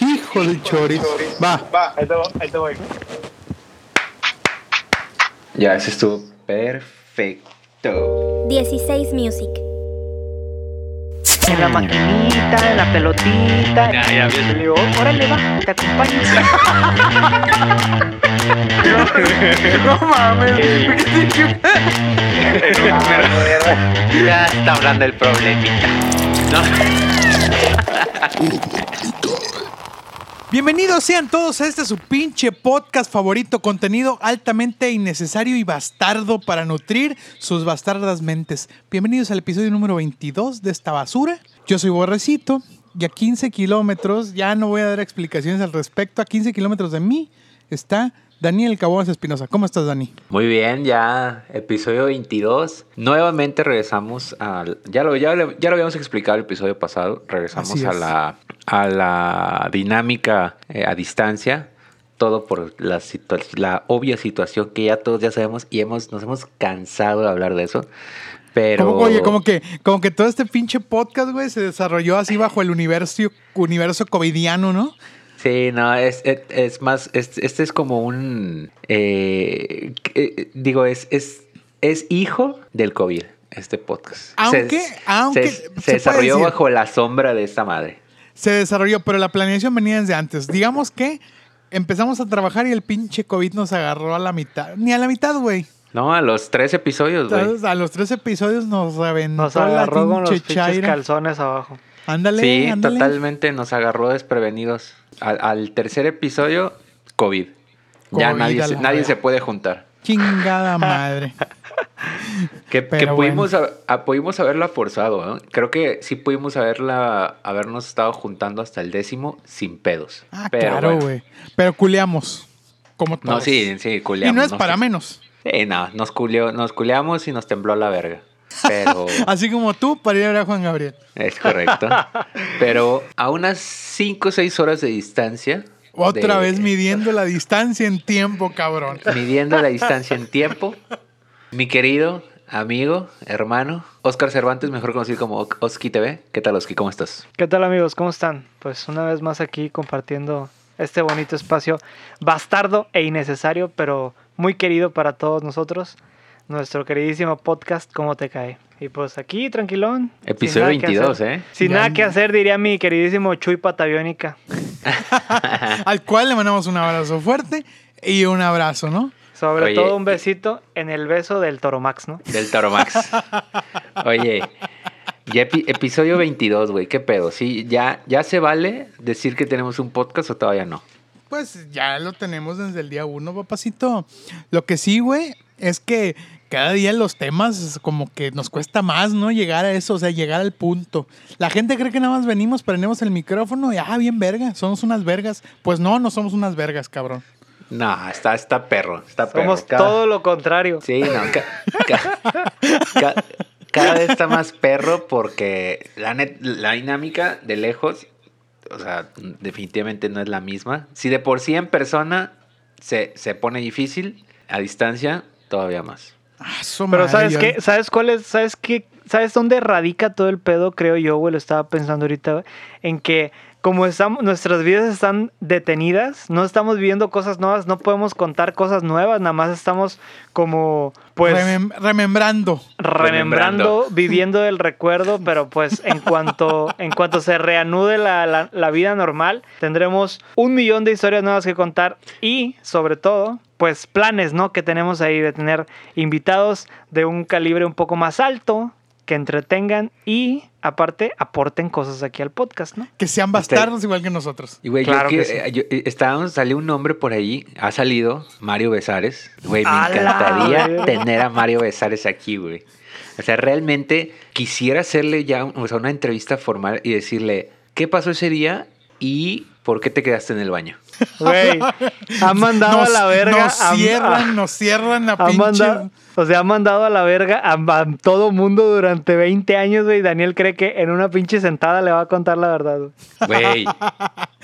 hijo de chorizo. Va. Va, ahí te voy, ahí te voy. Ya, ese estuvo perfecto. 16 Music. En la maquinita, en la pelotita. Ya, ya, bien. Le digo, órale, va, te acompaño. no, no mames. Ya está hablando el problemita. Bienvenidos sean todos a este su pinche podcast favorito, contenido altamente innecesario y bastardo para nutrir sus bastardas mentes. Bienvenidos al episodio número 22 de esta basura. Yo soy Borrecito y a 15 kilómetros, ya no voy a dar explicaciones al respecto, a 15 kilómetros de mí está Daniel Cabones Espinosa. ¿Cómo estás, Dani? Muy bien, ya episodio 22. Nuevamente regresamos al... Ya lo, ya, lo- ya lo habíamos explicado el episodio pasado. Regresamos Así a es. la, a la dinámica eh, a distancia. Todo por la, situa- la obvia situación que ya todos ya sabemos y hemos, nos hemos cansado de hablar de eso. Pero... Como, oye, como que, como que todo este pinche podcast, güey, se desarrolló así bajo el universo, universo covidiano, ¿no? Sí, no, es, es, es más, es- este es como un, eh, eh, digo, es, es, es hijo del COVID, este podcast. Aunque- se, aunque- se- se se puede desarrolló decir. bajo la sombra de esta madre. se desarrolló, pero la planeación venía desde antes. Digamos que empezamos a trabajar y el pinche COVID nos agarró a la mitad. Ni a la mitad, güey. No, a los tres episodios, güey. Entonces, a los tres episodios nos reventó Nos la agarró con los pinche pinches chaira. calzones abajo. Ándale, Sí, ándale. totalmente nos agarró desprevenidos. Al, al tercer episodio, COVID. ya COVID nadie, a se, la nadie verga. se puede juntar. Chingada madre. Que, Pero que bueno. pudimos, ha- ah, pudimos haberla forzado, ¿no? Creo que sí pudimos haberla, habernos estado juntando hasta el décimo sin pedos. Ah, Pero claro, bueno. güey. Pero culeamos. Como todos. No, sí, sí, Y culeamos. no es para sí. menos. Sí, no, nos, culeó- nos culeamos y nos tembló la verga. Pero Así como tú para ir a ver a Juan Gabriel. es correcto. Pero a unas 5 o 6 horas de distancia. Otra de- vez midiendo la distancia en tiempo, cabrón. Midiendo la distancia en tiempo. Mi querido amigo, hermano, Oscar Cervantes, mejor conocido como Oc- Oski TV. ¿Qué tal, Oski? ¿Cómo estás? ¿Qué tal amigos? ¿Cómo están? Pues una vez más aquí compartiendo este bonito espacio bastardo e innecesario, pero muy querido para todos nosotros. Nuestro queridísimo podcast, ¿Cómo te cae? Y pues aquí, tranquilón. sin Episodio nada que 22, hacer. ¿eh? Sin Ya nada no- que hacer, diría mi queridísimo Chuy Pataviónica. Al cual le mandamos un abrazo fuerte y un abrazo, ¿no? Sobre Oye, todo un besito en el beso del Toro Max, ¿no? ¿eh? Del Toromax. Oye, ya epi- episodio 22, güey, qué pedo. Sí, ya, ya se vale decir que tenemos un podcast o todavía no. Pues ya lo tenemos desde el día uno, papacito. Lo que sí, güey, es que cada día los temas como que nos cuesta más, ¿no? Llegar a eso, o sea, llegar al punto. La gente cree que nada más venimos, prendemos el micrófono y, ah, bien verga, somos unas vergas. Pues no, no somos unas vergas, cabrón. No, está, está perro, está Somos perro. Cada- todo lo contrario. Sí, no, ca- ca- ca- cada vez está más perro porque la, net- la dinámica de lejos, o sea, definitivamente no es la misma. Si de por sí en persona se, se pone difícil, a distancia todavía más. Ah, su Pero madre, ¿sabes yo- qué? ¿Sabes cuál es? ¿Sabes qué? ¿Sabes dónde radica todo el pedo? Creo yo, güey, lo estaba pensando ahorita, güey, en que como estamos, nuestras vidas están detenidas, no estamos viviendo cosas nuevas, no podemos contar cosas nuevas, nada más estamos como, pues, Remem- remembrando. remembrando, viviendo el recuerdo, pero pues en cuanto, en cuanto se reanude la, la- la vida normal, tendremos un millón de historias nuevas que contar y, sobre todo, pues planes, ¿no? Que tenemos ahí de tener invitados de un calibre un poco más alto, que entretengan y, aparte, aporten cosas aquí al podcast, ¿no? Que sean Este, bastardos igual que nosotros. Y güey, Claro yo, que- que sí. eh, yo- eh, estábamos- salió un nombre por ahí, ha salido Mario Besares. Güey, me ¡A la encantaría verga! tener a Mario Besares aquí, güey. O sea, realmente quisiera hacerle ya un- o sea, una entrevista formal y decirle, ¿qué pasó ese día y por qué te quedaste en el baño? Güey, han mandado Nos- a la verga. Nos a- a- cierran, nos cierran la Ha pinche... mandado- o sea, ha mandado a la verga a, a todo mundo durante 20 años, güey. Daniel cree que en una pinche sentada le va a contar la verdad. güey. Güey.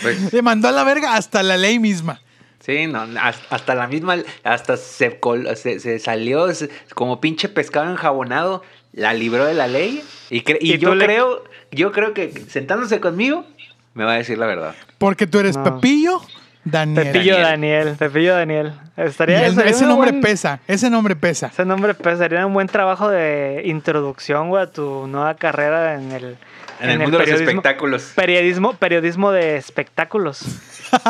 Pues, Le mandó a la verga hasta la ley misma. Sí, no, has- hasta la misma, hasta se, col- se, se salió se- como pinche pescado enjabonado, la libró de la ley. Y, cre- y Y tú yo le- creo, yo creo que sentándose conmigo, me va a decir la verdad. Porque tú eres No. Pepillo Daniel. Pepillo Daniel, Pepillo Daniel. Y Estaría, el- sería ese un nombre buen- pesa, ese nombre pesa. Ese nombre pues, sería un buen trabajo de introducción, güey, a tu nueva carrera en el, En, el mundo de los espectáculos. Periodismo, periodismo de espectáculos.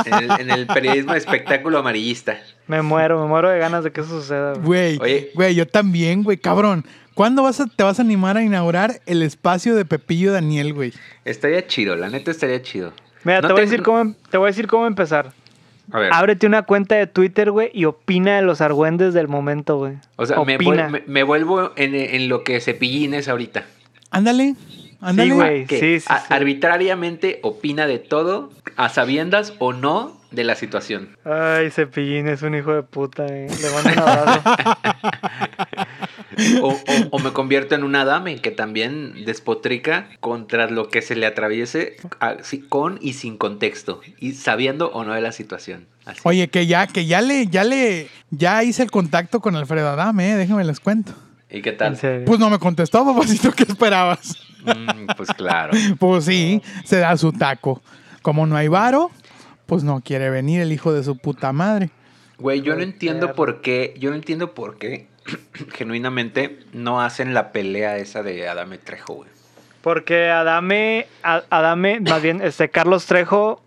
En el, en el periodismo de espectáculo amarillista. Me muero, me muero de ganas de que eso suceda. güey. Güey, Oye. güey, yo también, güey, cabrón. ¿Cuándo vas a- te vas a animar a inaugurar el espacio de Pepillo Daniel, güey? Estaría chido, la neta estaría chido. Mira, No te, voy a tengo- decir cómo, em- te voy a decir cómo empezar. A ver, Ábrete una cuenta de Twitter, güey, y opina de los argüendes del momento, güey. o sea, me, opina. vuel- me- me vuelvo en, en lo que cepillines ahorita. Ándale, ándale. Sí, güey. Que sí, sí, a- sí. arbitrariamente opina de todo, a sabiendas o no de la situación. Ay, Cepillín es un hijo de puta, eh. Le mando un abrazo. O, o- o me convierto en una dame que también despotrica contra lo que se le atraviese a- sí, con y sin contexto, y sabiendo o no de la situación. Así. Oye, que ya, que ya le, ya le, ya hice el contacto con Alfredo Adame, eh, déjame les cuento. ¿Y qué tal? En serio. Pues no me contestó, papacito, ¿qué esperabas? Mm, pues claro. Pues sí, se da su taco. Como no hay varo, pues no quiere venir el hijo de su puta madre. Güey, yo no entiendo perro. por qué, yo no entiendo por qué, genuinamente, no hacen la pelea esa de Adame Trejo, güey. Porque Adame, A- Adame, más bien, este Carlos Trejo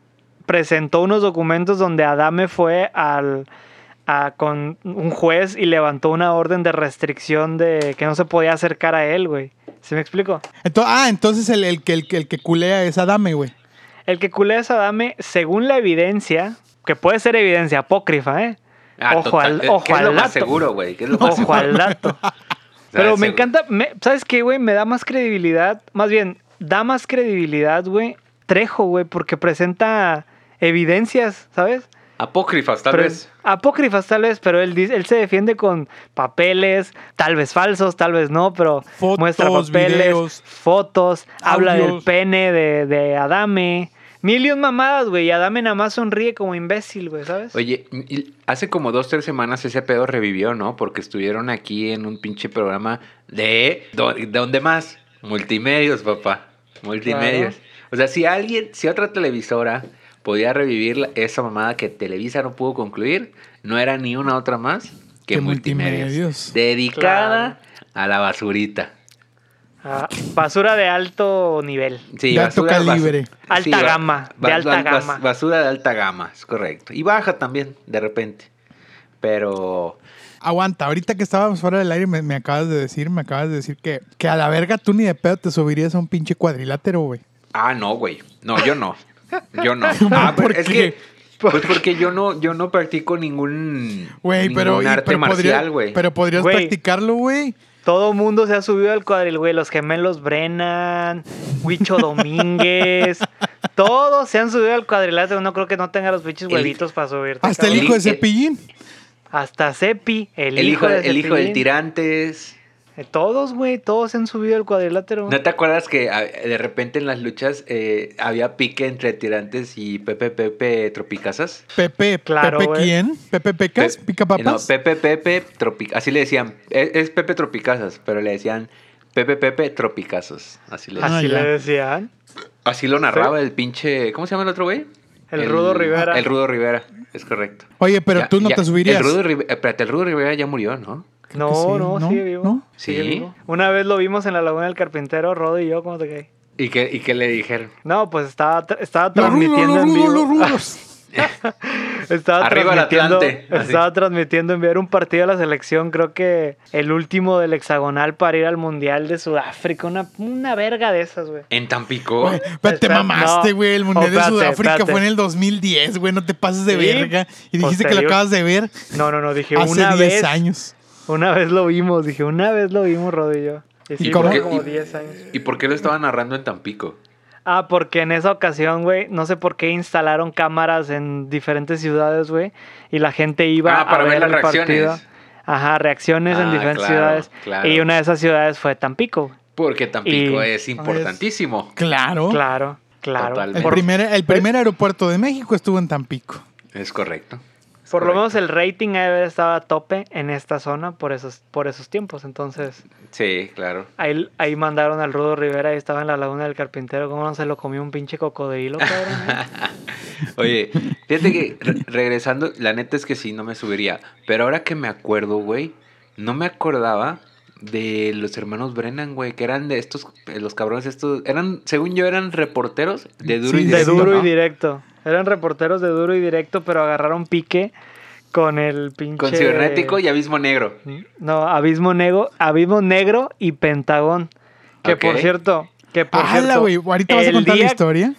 presentó unos documentos donde Adame fue al a- con un juez y levantó una orden de restricción de que no se podía acercar a él, güey. ¿Sí me explico? Ento- ah, entonces el, el que- el que- el que culea es Adame, güey. El que culea es Adame, según la evidencia, que puede ser evidencia apócrifa, ¿eh? Ojo al- ¿Qué ojo Ah, es lo al más dato. seguro, güey? ¿Qué es lo más Ojo seguro? al dato. O sea, Pero me seguro. encanta, me- ¿sabes qué, güey? Me da más credibilidad, más bien, da más credibilidad, güey, Trejo, güey, porque presenta evidencias, ¿sabes? Apócrifas, tal Pero- vez. Apócrifas, tal vez, pero él, dice- él se defiende con papeles, tal vez falsos, tal vez no, pero Fotos, muestra papeles, videos, fotos, habla del audios. pene de, de Adame. Mil y un mamadas, güey, y Adame nada más sonríe como imbécil, güey, ¿sabes? Oye, y hace como dos, tres semanas ese pedo revivió, ¿no? Porque estuvieron aquí en un pinche programa de... ¿dó- ¿Dónde más? Multimedios, papá. Multimedios. O sea, si alguien, si otra televisora podía revivir la- esa mamada que Televisa no pudo concluir, no era ni una otra más que, Que multimedios. Multimedios. Dedicada a la basurita. Ah, basura de alto nivel. Sí, De alto basura- basu- calibre. Alta ba- gama, de alta gama. Basura de alta gama, es correcto. Y baja también, de repente. Pero... Aguanta, ahorita que estábamos fuera del aire me, me acabas de decir, me acabas de decir que, que a la verga tú ni de pedo te subirías a un pinche cuadrilátero, güey. Ah, no, güey. No, yo no. Yo no. Ah, ¿Por ¿Por es qué? que pues porque yo no yo no practico ningún Güey, pero, ningún y- arte pero podría- marcial, güey. pero podrías Güey. practicarlo, güey. Todo mundo se ha subido al cuadril, güey. Los gemelos Brennan, Huicho Domínguez. todos se han subido al cuadrilátero. No creo que no tenga los pinches El- huevitos para subirte. Hasta el cabrón. hijo de El- Cepillín. Hasta Cepi, el, el hijo de- el hijo del tirano. tirantes. Eh, Todos, güey, todos se han subido al cuadrilátero. ¿No te acuerdas que ah, de repente en las luchas eh, había pique entre tirantes y Pepe Pepe Tropicazas? Pepe, Claro, Pepe güey. quién? Pepe Pecas, Pe- pica papas. No, Pepe Pepe Tropicazas. Así le decían. Es, es Pepe Tropicazas, pero le decían Pepe Pepe Tropicazas. Así le Ah, Así ya. le decían. Así lo narraba el pinche. ¿Cómo se llama el otro güey? El Rudo Rivera. El Rudo Rivera, es correcto. Oye, pero Ya- tú no ya- te subirías. El Rudo, Rive- espérate, el Rudo Rivera ya murió, ¿no? que No, sí, no, ¿no? sigue vivo. ¿No? Sigue Sí. vivo. Una vez lo vimos en la Laguna del Carpintero, Rodo y yo, ¿cómo te caí? ¿Y qué, y qué le dijeron? No, pues estaba, tra- estaba Los rulos, transmitiendo los en rulos, vivo. los rulos. Estaba Arriba el transmitiendo, Atlante, así. estaba transmitiendo enviar un partido a la selección, creo que el último del hexagonal para ir al Mundial de Sudáfrica, una, una verga de esas, güey. ¿En Tampico? Güey, pero te Espera, mamaste, no. güey. El Mundial Oh, espérate, de Sudáfrica espérate. fue en el 2010, güey. No te pases de Sí, verga. Y dijiste que lo posterior. acabas de ver No, no, no, dije una hace 10 vez. años. Una vez lo vimos, dije, una vez lo vimos, Rodillo. Y sí, cómo? fue ¿Por qué? como ¿Y- 10 años. ¿Y por qué lo estaba narrando en Tampico? Ah, porque en esa ocasión, güey, no sé por qué instalaron cámaras en diferentes ciudades, güey, y la gente iba Ah, para a ver ver, las el partido. reacciones. Ajá, reacciones en Ah, diferentes claro, ciudades. claro. Y una de esas ciudades fue Tampico. Porque Tampico Ah, Y- es importantísimo. Claro. Claro, claro. Totalmente. El, Por- ¿eh? primer, el primer aeropuerto de México estuvo en Tampico. Es correcto. Por lo correcto. menos el rating ha de haber estado a tope en esta zona por esos, por esos tiempos. Entonces, Sí, claro. ahí, ahí mandaron al Rudo Rivera y estaba en la laguna del carpintero. ¿Cómo no se lo comió un pinche cocodrilo, cabrón? Oye, fíjate que re- regresando, la neta es que sí, no me subiría. Pero ahora que me acuerdo, güey, no me acordaba de los hermanos Brennan, güey, que eran de estos, eh, los cabrones estos, eran, según yo, eran reporteros de duro Sí, y De directo. duro y ¿no? directo. Eran reporteros de duro y directo, pero agarraron pique con el pinche. Con cibernético y abismo negro. No, Abismo Negro, Abismo Negro y Pentagón. Que por Ok. cierto, que por ¡Hala, cierto, Ah, güey! Ahorita vas a el contar día- la historia.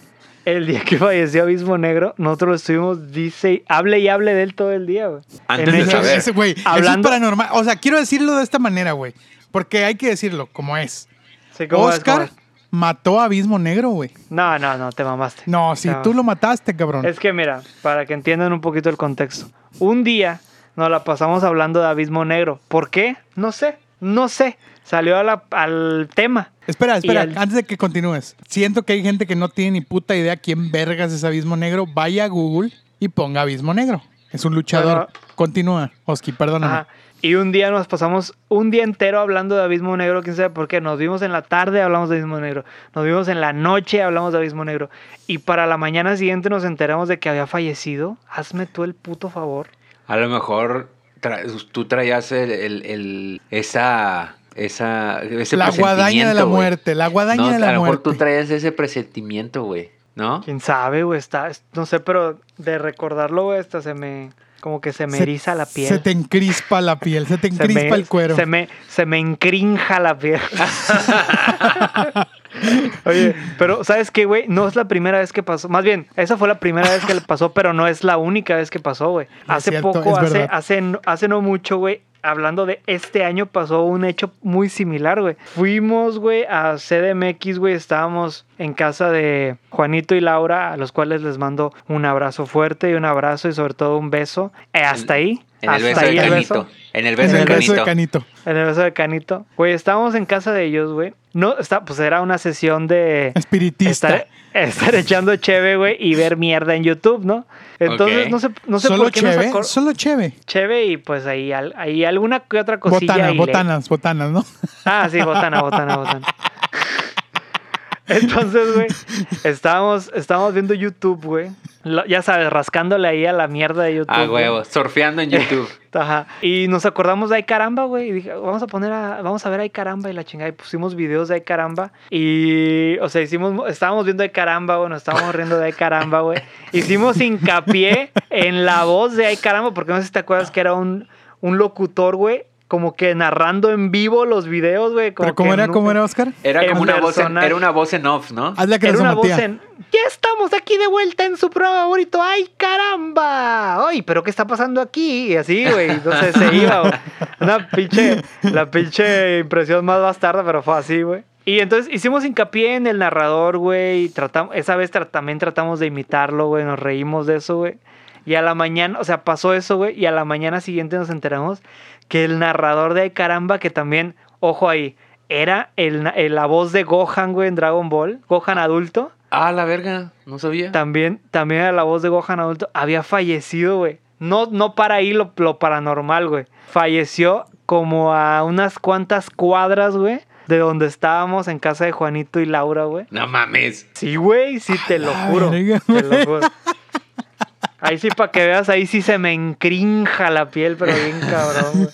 El día que falleció Abismo Negro, nosotros lo estuvimos dice, y- hable y hable de él todo el día, güey. Antes En de ese- Eso- saber. ese, güey, eso es Hablando- paranormal. O sea, quiero decirlo de esta manera, güey. Porque hay que decirlo como es. Sí, ¿cómo es? ¿Cómo Oscar es? mató a Abismo Negro, güey. No, no, no, te mamaste. No, si Te mamaste. tú lo mataste, cabrón. Ah. Es que mira, para que entiendan un poquito el contexto. Un día nos la pasamos hablando de Abismo Negro. ¿Por qué? No sé, no sé. Salió a la- al tema. Espera, espera, el- antes de que continúes. Siento que hay gente que no tiene ni puta idea quién vergas es Abismo Negro. Vaya a Google y ponga Abismo Negro. Es un luchador. Continúa, Oski, perdóname. Ajá. Y un día nos pasamos un día entero hablando de Abismo Negro, quién sabe por qué. Nos vimos en la tarde, hablamos de Abismo Negro. Nos vimos en la noche, hablamos de Abismo Negro. Y para la mañana siguiente nos enteramos de que había fallecido. Hazme tú el puto favor. A lo mejor tra- tú traías el, el- el- esa, esa, ese la guadaña de la presentimiento, güey. muerte, la guadaña No, de a la lo mejor tú muerte. traías ese presentimiento, güey, ¿no? Quién sabe, güey, está, es- no sé, pero de recordarlo, güey, hasta se me, como que se me Se- eriza la piel. Se te encrispa la piel, se te Se me- encrispa el cuero. Se me, se me encrinja la piel. Oye, pero ¿sabes qué, güey? No es la primera vez que pasó. Más bien, esa fue la primera vez que le pasó, pero no es la única vez que pasó, güey. Es Hace cierto, poco, es hace, verdad. hace, no- hace no mucho, güey. Hablando de este año, pasó un hecho muy similar, güey. Fuimos, güey, a CDMX, güey. Estábamos en casa de Juanito y Laura, a los cuales les mando un abrazo fuerte y un abrazo y sobre todo un beso. Eh, hasta ahí. En el hasta beso ahí de el Canito. beso. En el En beso de el beso de Canito. Canito. En el beso de Canito. Güey, estábamos en casa de ellos, güey. No, está, pues era una sesión de Espiritista. estar, estar echando cheve, güey, y ver mierda en YouTube, ¿no? Entonces, Ok. no sé, no sé solo por qué cheve, nos acor- solo cheve. Cheve y pues ahí, al- ahí alguna que otra cosilla. Botanas, y le- botanas, botanas, ¿no? Ah, sí, botana, botana, botana. Entonces, güey, estábamos, estábamos viendo YouTube, güey. Lo- Ya sabes, rascándole ahí a la mierda de YouTube. A güey. Ah, huevo, surfeando en YouTube. Ajá. Y nos acordamos de Ay Caramba, güey. Y dije, vamos a poner a, vamos a ver Ay Caramba y la chingada. Y pusimos videos de Ay Caramba. Y, o sea, hicimos, estábamos viendo Ay Caramba, güey. Nos estábamos riendo de Ay Caramba, güey. Hicimos hincapié en la voz de Ay Caramba, porque no sé si te acuerdas que era un, un locutor, güey. Como que narrando en vivo los videos, güey. Pero ¿cómo que era, nunca- cómo era, Oscar? Era El como una voz en, personaje. era una voz en off, ¿no? Haz la que Era nos una voz Matía. en. Ya estamos aquí de vuelta en su programa favorito. ¡Ay, caramba! ¡Ay, pero qué está pasando aquí! Y así, güey. Entonces se iba, güey. Una pinche. La pinche impresión más bastarda, pero fue así, güey. Y entonces hicimos hincapié en el narrador, güey. y tratam- Esa vez tra- también tratamos de imitarlo, güey. Nos reímos de eso, güey. Y a la mañana, o sea, pasó eso, güey. Y a la mañana siguiente nos enteramos que el narrador de Ay Caramba, que también, ojo ahí, era el, na- el- la voz de Gohan, güey, en Dragon Ball. Gohan adulto. Ah, la verga, no sabía. También, también era la voz de Gohan adulto. Había fallecido, güey. No, no para ahí lo, lo paranormal, güey. Falleció como a unas cuantas cuadras, güey. De donde estábamos en casa de Juanito y Laura, güey. No mames. Sí, güey, sí, te lo la juro. verga, te lo güey. juro. Ahí sí, para que veas, ahí sí se me encrinja la piel, pero bien cabrón, güey.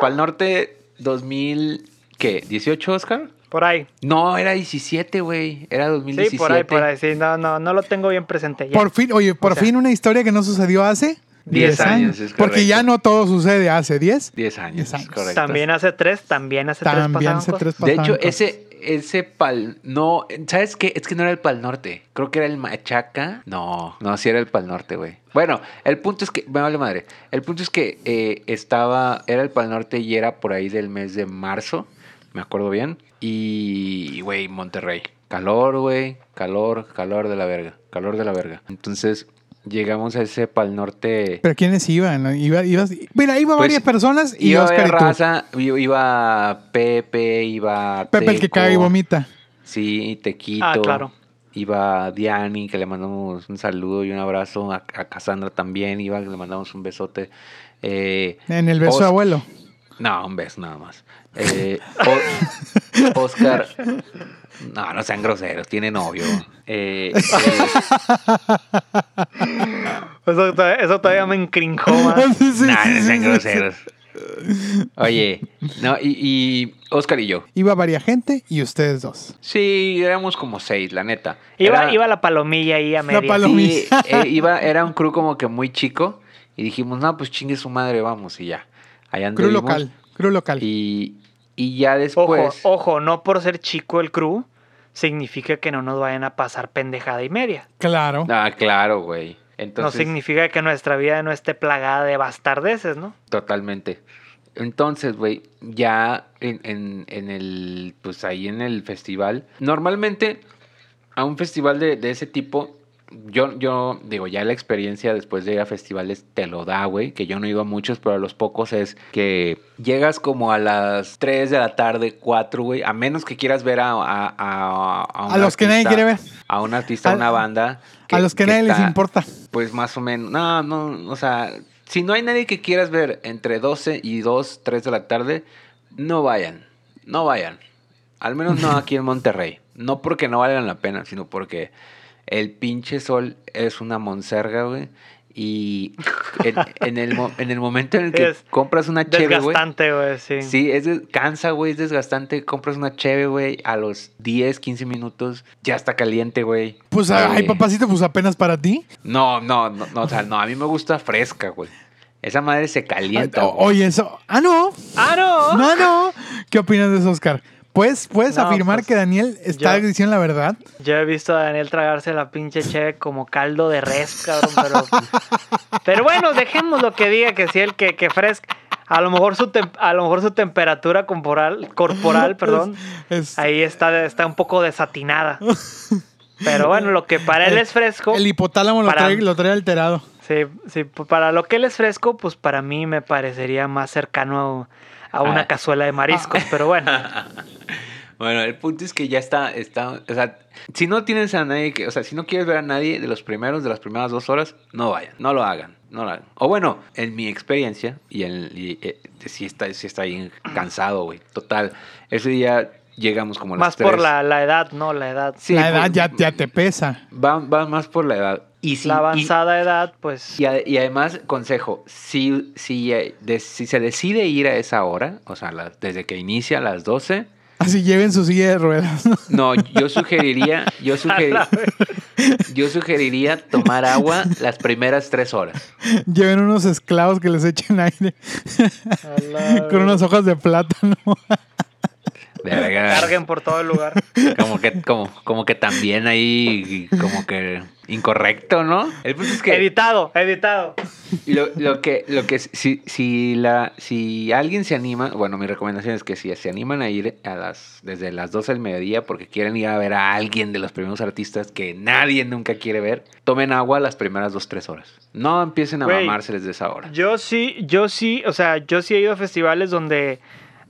Pal Norte 2000, ¿qué? ¿18, Oscar? Por ahí. No, era 17, güey. Era 2017. Sí, por ahí, por ahí. Sí, no, no, no lo tengo bien presente. Ya. Por fin, oye, por O sea- fin una historia que no sucedió hace 10 años, es Porque ya correcto. no todo sucede hace 10. 10 años, Diez años. correcto. También hace tres, también hace tres También pasaron hace cosas. tres De pasaban hecho, cosas. ese, ese pal. No, ¿sabes qué? Es que no era el pal norte. Creo que era el machaca. No, no, sí era el pal norte, güey. Bueno, el punto es que. Me vale madre. El punto es que eh, estaba. Era el pal norte y era por ahí del mes de marzo. Me acuerdo bien. Y, güey, Monterrey. Calor, güey. Calor, calor de la verga. Calor de la verga. Entonces, llegamos a ese pal norte. Pero ¿quiénes iban? Iba, ibas- mira, iba Pues, varias personas y Iba Oscar y tú. Raza, i- iba Pepe, iba. Pepe el que Teco. caga y vomita. Sí, Tequito. Ah, claro. Iba Diani, que le mandamos un saludo y un abrazo. A, a Cassandra también, iba, que le mandamos un besote. Eh, En el beso Os- de abuelo. No, un beso nada más. Eh, O- Oscar. No, no sean groseros, tiene novio. Eh, eh, Eso, to- eso todavía me encrinjó Sí, más. sí, sí, nah, eh, no sí, sean sí, groseros. Oye, no, y, y Oscar y yo. sí. Iba varia gente y ustedes dos. Sí, éramos como seis, la neta. Iba, Era- iba la palomilla ahí a media. palo- Sí, Palomilla. eh, iba, era un crew como que muy chico. Y dijimos, no, pues chingue su madre, vamos, y ya. Allá Crew anduvimos. local, crew local. Y, y ya Ojo, después. ojo, no por ser chico el crew, significa que no nos vayan a pasar pendejada y media. Claro. Ah, claro, güey. No Entonces, significa que nuestra vida no esté plagada de bastardeces, ¿no? Totalmente. Entonces, güey, ya en, en- en el, pues ahí en el festival, normalmente a un festival de, de ese tipo, yo, yo digo, ya la experiencia después de ir a festivales te lo da, güey, que yo no he ido a muchos, pero a los pocos es que llegas como a las 3 de la tarde, 4, güey, a menos que quieras ver a... A, a- a un A los que nadie artista- quiere ver. A un artista, a A- una banda. a los que, nadie les está- importa. pues más o menos. No, no, o sea, si no hay nadie que quieras ver entre 12 y 2, 3 de la tarde, no vayan. No vayan. Al menos no aquí en Monterrey. No porque no valgan la pena, sino porque el pinche sol es una monserga, güey. Y en, en el, mo- en el momento en el que Es compras una cheve, Ah, güey. Desgastante, güey, sí. Sí, es des- cansa, güey, es desgastante. Compras una cheve, güey, a los 10, 15 minutos ya está caliente, güey. Pues, Ay, ay, papacito, pues apenas para ti. no, no, no, no, o sea, no, a mí me gusta fresca, güey. Esa madre se calienta. O- güey. Oye, eso. Ah, no. ¡Ah, no! No, no. ¿Qué opinas de eso, Oscar? Pues, puedes No, afirmar pues, que Daniel está yo- diciendo la verdad. Yo he visto a Daniel tragarse la pinche cheve como caldo de res, cabrón, pero... pero bueno, dejemos lo que diga que sí, el que, que fresca. A lo mejor su tem- a lo mejor su temperatura corporal, corporal, perdón, Es- es- ahí está, está un poco desatinada. Pero bueno, lo que para él es fresco, El hipotálamo lo Para- trae, lo trae alterado. sí, sí, para lo que él es fresco, pues para mí me parecería más cercano a una Ah. cazuela de mariscos, pero bueno. Bueno, el punto es que ya está, está, o sea, si no tienes a nadie que, o sea, si no quieres ver a nadie de los primeros, de las primeras dos horas, no vayan, no lo hagan, no lo hagan. O bueno, en mi experiencia, y, en, y, eh, sí está, sí está bien cansado, güey. Total, ese día llegamos como a las Más por tres. la, la edad, ¿no? La edad. Sí, pues, la edad por- ya, ya te pesa. Va, va más por la edad. Y si- la y- avanzada edad, pues... Y, a- y además, consejo, si, si, eh, de- si se decide ir a esa hora, o sea, la- desde que inicia a las 12, Así lleven su silla de ruedas. no, yo sugeriría, yo, suge- yo sugeriría tomar agua las primeras tres horas. lleven unos esclavos que les echen aire con unas hojas de plátano. Verga, Carguen por todo el lugar. Como que, como, como que también ahí, como que incorrecto, ¿no? El punto es que Editado, editado. Lo, lo que, lo que s- si, si la, si alguien se anima, bueno, mi recomendación es que si se animan a ir a las, desde las 12 del mediodía porque quieren ir a ver a alguien de los primeros artistas que nadie nunca quiere ver, tomen agua las primeras 2, 3 horas. No empiecen a Güey. mamarse desde esa hora. Yo sí, yo sí, o sea, yo sí he ido a festivales donde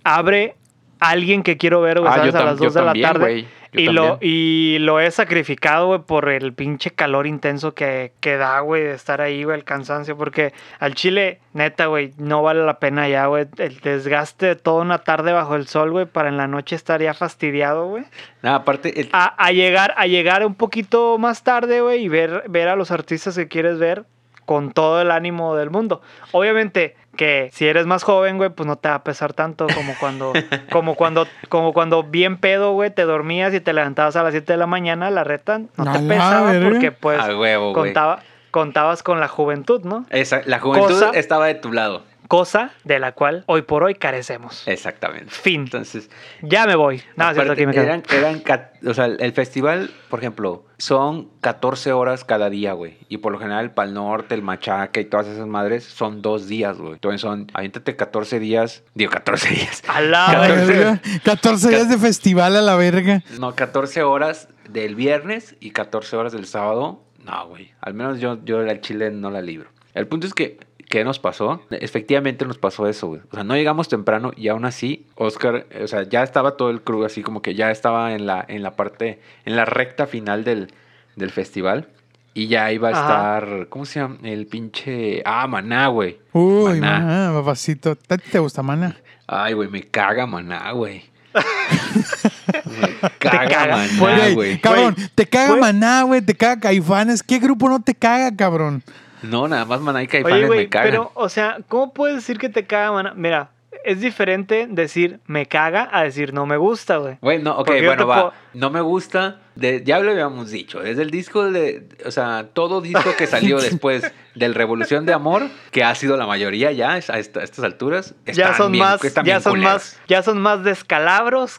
abre alguien que quiero ver, güey, Ah, ¿sabes? yo a tam- las yo 2 de la también, tarde. güey, yo Y lo, también. y lo he sacrificado, güey, por el pinche calor intenso que, que da, güey, de estar ahí, güey, el cansancio. Porque al chile, neta, güey, no vale la pena ya, güey. El desgaste de toda una tarde bajo el sol, güey, para en la noche estar ya fastidiado, güey. Nada, aparte, el- a, a llegar a llegar un poquito más tarde, güey, y ver, ver a los artistas que quieres ver con todo el ánimo del mundo. Obviamente que si eres más joven, güey, pues no te va a pesar tanto como cuando como cuando como cuando bien pedo, güey, te dormías y te levantabas a las 7 de la mañana, la reta no A te la pesaba verga. porque pues a huevo, güey. contaba contabas con la juventud, ¿no? Esa- la juventud Cosa- estaba de tu lado. Cosa de la cual hoy por hoy carecemos. Eh. Exactamente. Fin. Entonces, Ya me voy. No, es cierto, Aparte, aquí me quedo. eran, eran ca- o sea, el festival, por ejemplo, son 14 horas cada día, güey. Y por lo general el Pal Norte, el Machaca y todas esas madres son dos días, güey. Entonces son, aviéntate 14 días, digo 14 días. A la A la Catorce. verga. verga. 14 días de festival a la verga. No, 14 horas del viernes y 14 horas del sábado. No, güey. Al menos yo, yo la chile no la libro. El punto es que ¿Qué nos pasó? Efectivamente nos pasó eso, güey. O sea, no llegamos temprano y aún así, Oscar, o sea, ya estaba todo el crew así como que ya estaba en la, en la parte, en la recta final del, del festival. Y ya iba a Ajá. estar, ¿cómo se llama? El pinche... Ah, maná, güey. Uy, Maná. maná, papacito. ¿A ti te gusta maná? Ay, güey, me caga maná, güey. me caga caga. maná, Güey, güey. cabrón, te caga Güey. Maná, güey, te caga Caifanes. ¿Qué grupo no te caga, cabrón? No, nada más maná y Oye, caifanes güey, me cagan. pero, o sea, ¿cómo puedes decir que te caga maná? Mira, es diferente decir me caga a decir no me gusta, güey. Güey, no, ok, Porque yo bueno, te va. puedo- No me gusta. de- ya lo habíamos dicho. Es el disco de. O sea, todo disco que salió después del Revolución de Amor, que ha sido la mayoría ya a, esta- a estas alturas. Ya están son bien- más, están ya bien son culeros. Eh, más, ya son más descalabros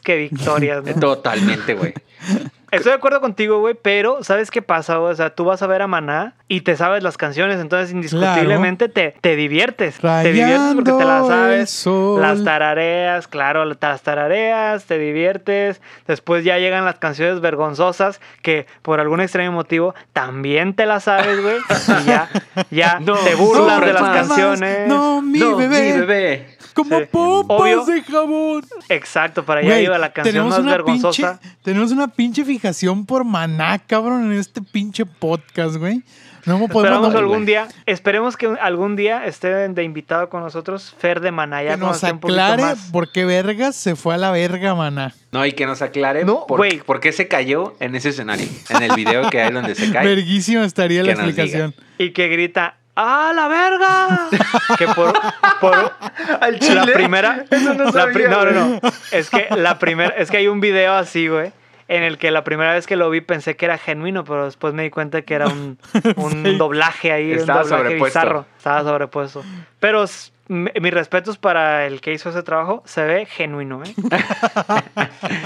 que victorias, ¿no? Totalmente, güey. Estoy de acuerdo contigo, güey, pero ¿sabes qué pasa? güey? O sea, tú vas a ver a Maná y te sabes las canciones, entonces indiscutiblemente te, te diviertes. te diviertes porque te las Rayando el sabes. sol. Las tarareas, claro, te las tarareas, te diviertes. Después ya llegan las canciones vergonzosas que por algún extraño motivo también te las sabes, güey. Y ya, ya No, te burlas no, de las más. canciones. No, mi No, bebé. Mi bebé. Como Sí. pompas Obvio. de jabón. Exacto, para allá Güey, iba la canción tenemos más una vergonzosa. pinche- tenemos una pinche fijación por maná, cabrón, en este pinche podcast, güey. No me podemos Esperamos mandar, algún güey. día, esperemos que algún día esté de invitado con nosotros Fer de Manaya. que nos aclare por qué vergas se fue a la verga, maná. No, y que nos aclare No, por, güey. por qué se cayó en ese escenario. En el video que hay donde se cae. Verguísima estaría la Que nos explicación. Y que grita, ¡ah, la verga! que por, por Al la primera... la sabía, pri- no, no, güey. no. Es que, la primera es que hay un video así, güey. En el que la primera vez que lo vi pensé que era genuino, pero después me di cuenta que era un, un Sí. doblaje ahí, Estaba un doblaje sobrepuesto. bizarro. Estaba sobrepuesto. Pero s- m- mis respetos para el que hizo ese trabajo, se ve genuino, ¿eh?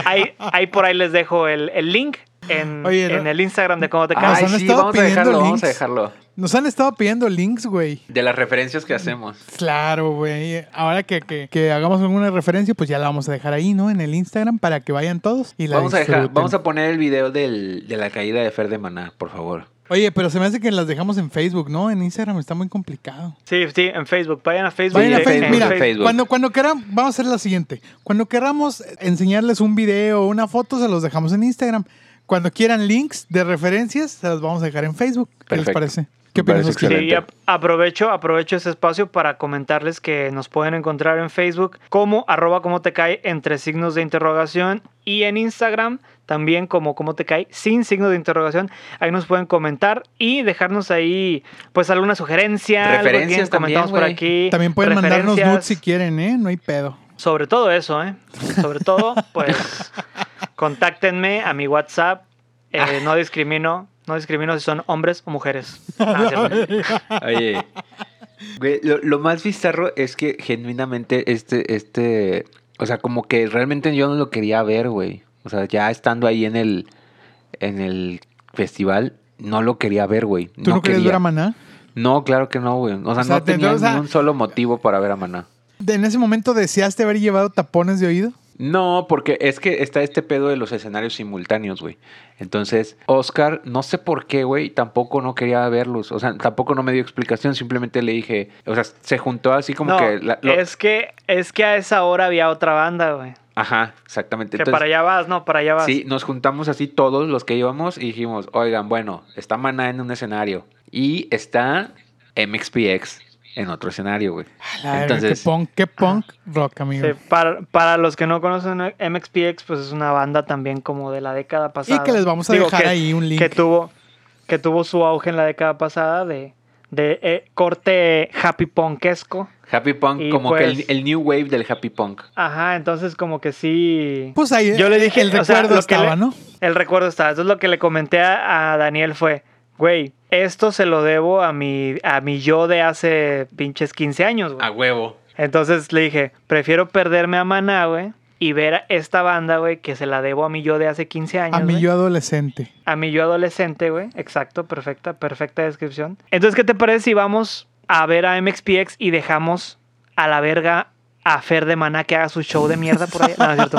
ahí, ahí por ahí les dejo el, el link en, Oye, no- en el Instagram de cómo te Nos Ay, cagas. han sí, estado vamos a pidiendo dejarlo, vamos a links. dejarlo. Nos han estado pidiendo links, güey. De las referencias que hacemos. Claro, güey. Ahora que, que- que hagamos alguna referencia, pues ya la vamos a dejar ahí, ¿no? En el Instagram para que vayan todos y la Vamos a, dejar, disfruten. vamos a poner el video del- de la caída de Fer de Maná, por favor. Oye, pero se me hace que las dejamos en Facebook, ¿no? En Instagram está muy complicado. Sí, sí, en Facebook. Vayan a Facebook. Vayan a en- Facebook. en Mira, en Facebook. cuando, cuando queramos, vamos a hacer la siguiente. Cuando queramos enseñarles un video o una foto, se los dejamos en Instagram. Cuando quieran links de referencias, se los vamos a dejar en Facebook. ¿Qué les Perfecto. parece? ¿Qué Me opinas, parece Oscar? Sí, Excelente. y ap- aprovecho, aprovecho este espacio para comentarles que nos pueden encontrar en Facebook como arroba como te cae entre signos de interrogación y en Instagram también como como te cae sin signos de interrogación. Ahí nos pueden comentar y dejarnos ahí pues alguna sugerencia, algo que Referencias quieren, también, comentamos por güey. aquí. También pueden mandarnos referencias. nudes si quieren, ¿eh? No hay pedo. Sobre todo eso, ¿eh? Sobre todo, pues, contáctenme a mi WhatsApp. Ah. Eh, no discrimino, no discrimino si son hombres o mujeres. Ah, sí, Oye, güey, lo, lo más bizarro es que genuinamente este, este, o sea, como que realmente yo no lo quería ver, güey. O sea, ya estando ahí en el, en el festival, no lo quería ver, güey. ¿Tú no, quieres quería. ver a Maná? No, claro que no, güey. O sea, O sea, no tenía entonces, o sea- ningún solo motivo para ver a Maná. ¿De- ¿En ese momento deseaste haber llevado tapones de oído? No, porque es que está este pedo de los escenarios simultáneos, güey. Entonces, Oscar, no sé por qué, güey, tampoco no quería verlos. O sea, tampoco no me dio explicación, simplemente le dije, o sea, se juntó así como no, que... la- lo- es que es que a esa hora había otra banda, güey. Ajá, exactamente. Que para allá vas, no, para allá vas. sí, nos juntamos así todos los que íbamos y dijimos, oigan, bueno, está Maná en un escenario y está MXPX en otro escenario, güey. A la verga, Entonces- qué punk, qué punk rock, amigo. Sí, para, para los que no conocen MXPX, pues es una banda también como de la década pasada. que les vamos a dejar ahí un link. Que tuvo, que tuvo su auge en la década pasada de, de eh, corte happy punkesco. Happy Punk, Y como que pues- el, el new wave del Happy Punk. Ajá, entonces como que sí. Pues ahí Yo le dije, el o sea, recuerdo lo que estaba, le- ¿no? El recuerdo está. Entonces lo que le comenté a, a Daniel fue, güey, esto se lo debo a mi, a mi yo de hace pinches 15 años, güey. A huevo. Entonces le dije, prefiero perderme a Maná, güey, y ver a esta banda, güey, que se la debo a mi yo de hace 15 años. A mí güey. yo adolescente. A mi yo adolescente, güey. Exacto, perfecta, perfecta descripción. Entonces, ¿qué te parece si vamos a ver a MXPX y dejamos a la verga a Fer de Maná que haga su show de mierda por ahí? No, no es cierto.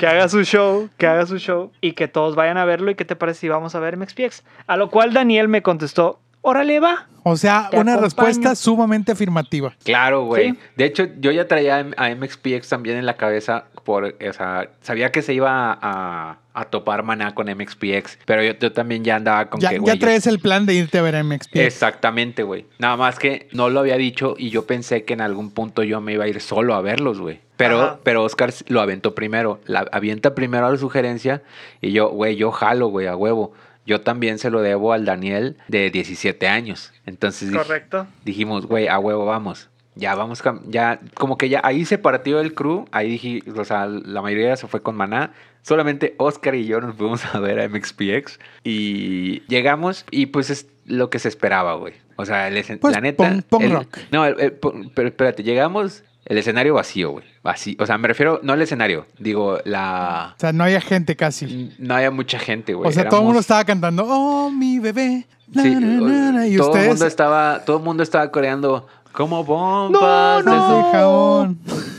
que haga su show, que haga su show y que todos vayan a verlo. ¿Y qué te parece si vamos a ver MXPX? A lo cual Daniel me contestó, órale va. O sea, Te una acompaño. respuesta sumamente afirmativa. Claro, güey. Sí. De hecho, yo ya traía a MXPX también en la cabeza. Por, eh, o sea, sabía que se iba a, a topar maná con MXPX, pero yo, yo también ya andaba con Ya, que, ya güey, yo- traes el plan de irte a ver a MXP. Exactamente, güey. Nada más que no lo había dicho y yo pensé que en algún punto yo me iba a ir solo a verlos, güey. Pero, Ajá. pero Oscar lo aventó primero. La avienta primero a la sugerencia y yo, güey, yo jalo, güey, a huevo. Yo también se lo debo al Daniel de 17 años. Entonces dij- Correcto. dijimos, güey, a huevo, vamos. Ya vamos, cam- ya, como que ya ahí se partió el crew. Ahí dije, o sea, la mayoría se fue con Maná. Solamente Oscar y yo nos fuimos a ver a MXPX. Y llegamos y pues es lo que se esperaba, güey. O sea, el escen- Pues, la neta... punk- punk el- rock. No, el- el punk- pero espérate, llegamos, el escenario vacío, güey. Vacío. O sea, me refiero, no al escenario, digo, la... O sea, no había gente casi. No había mucha gente, güey. o sea, todo el mundo Éramos- estaba cantando, oh, mi bebé. na, Sí, na, na, na", y todo el ustedes, mundo estaba, todo el mundo estaba coreando como No, bombas. de "Besos de no. jabón".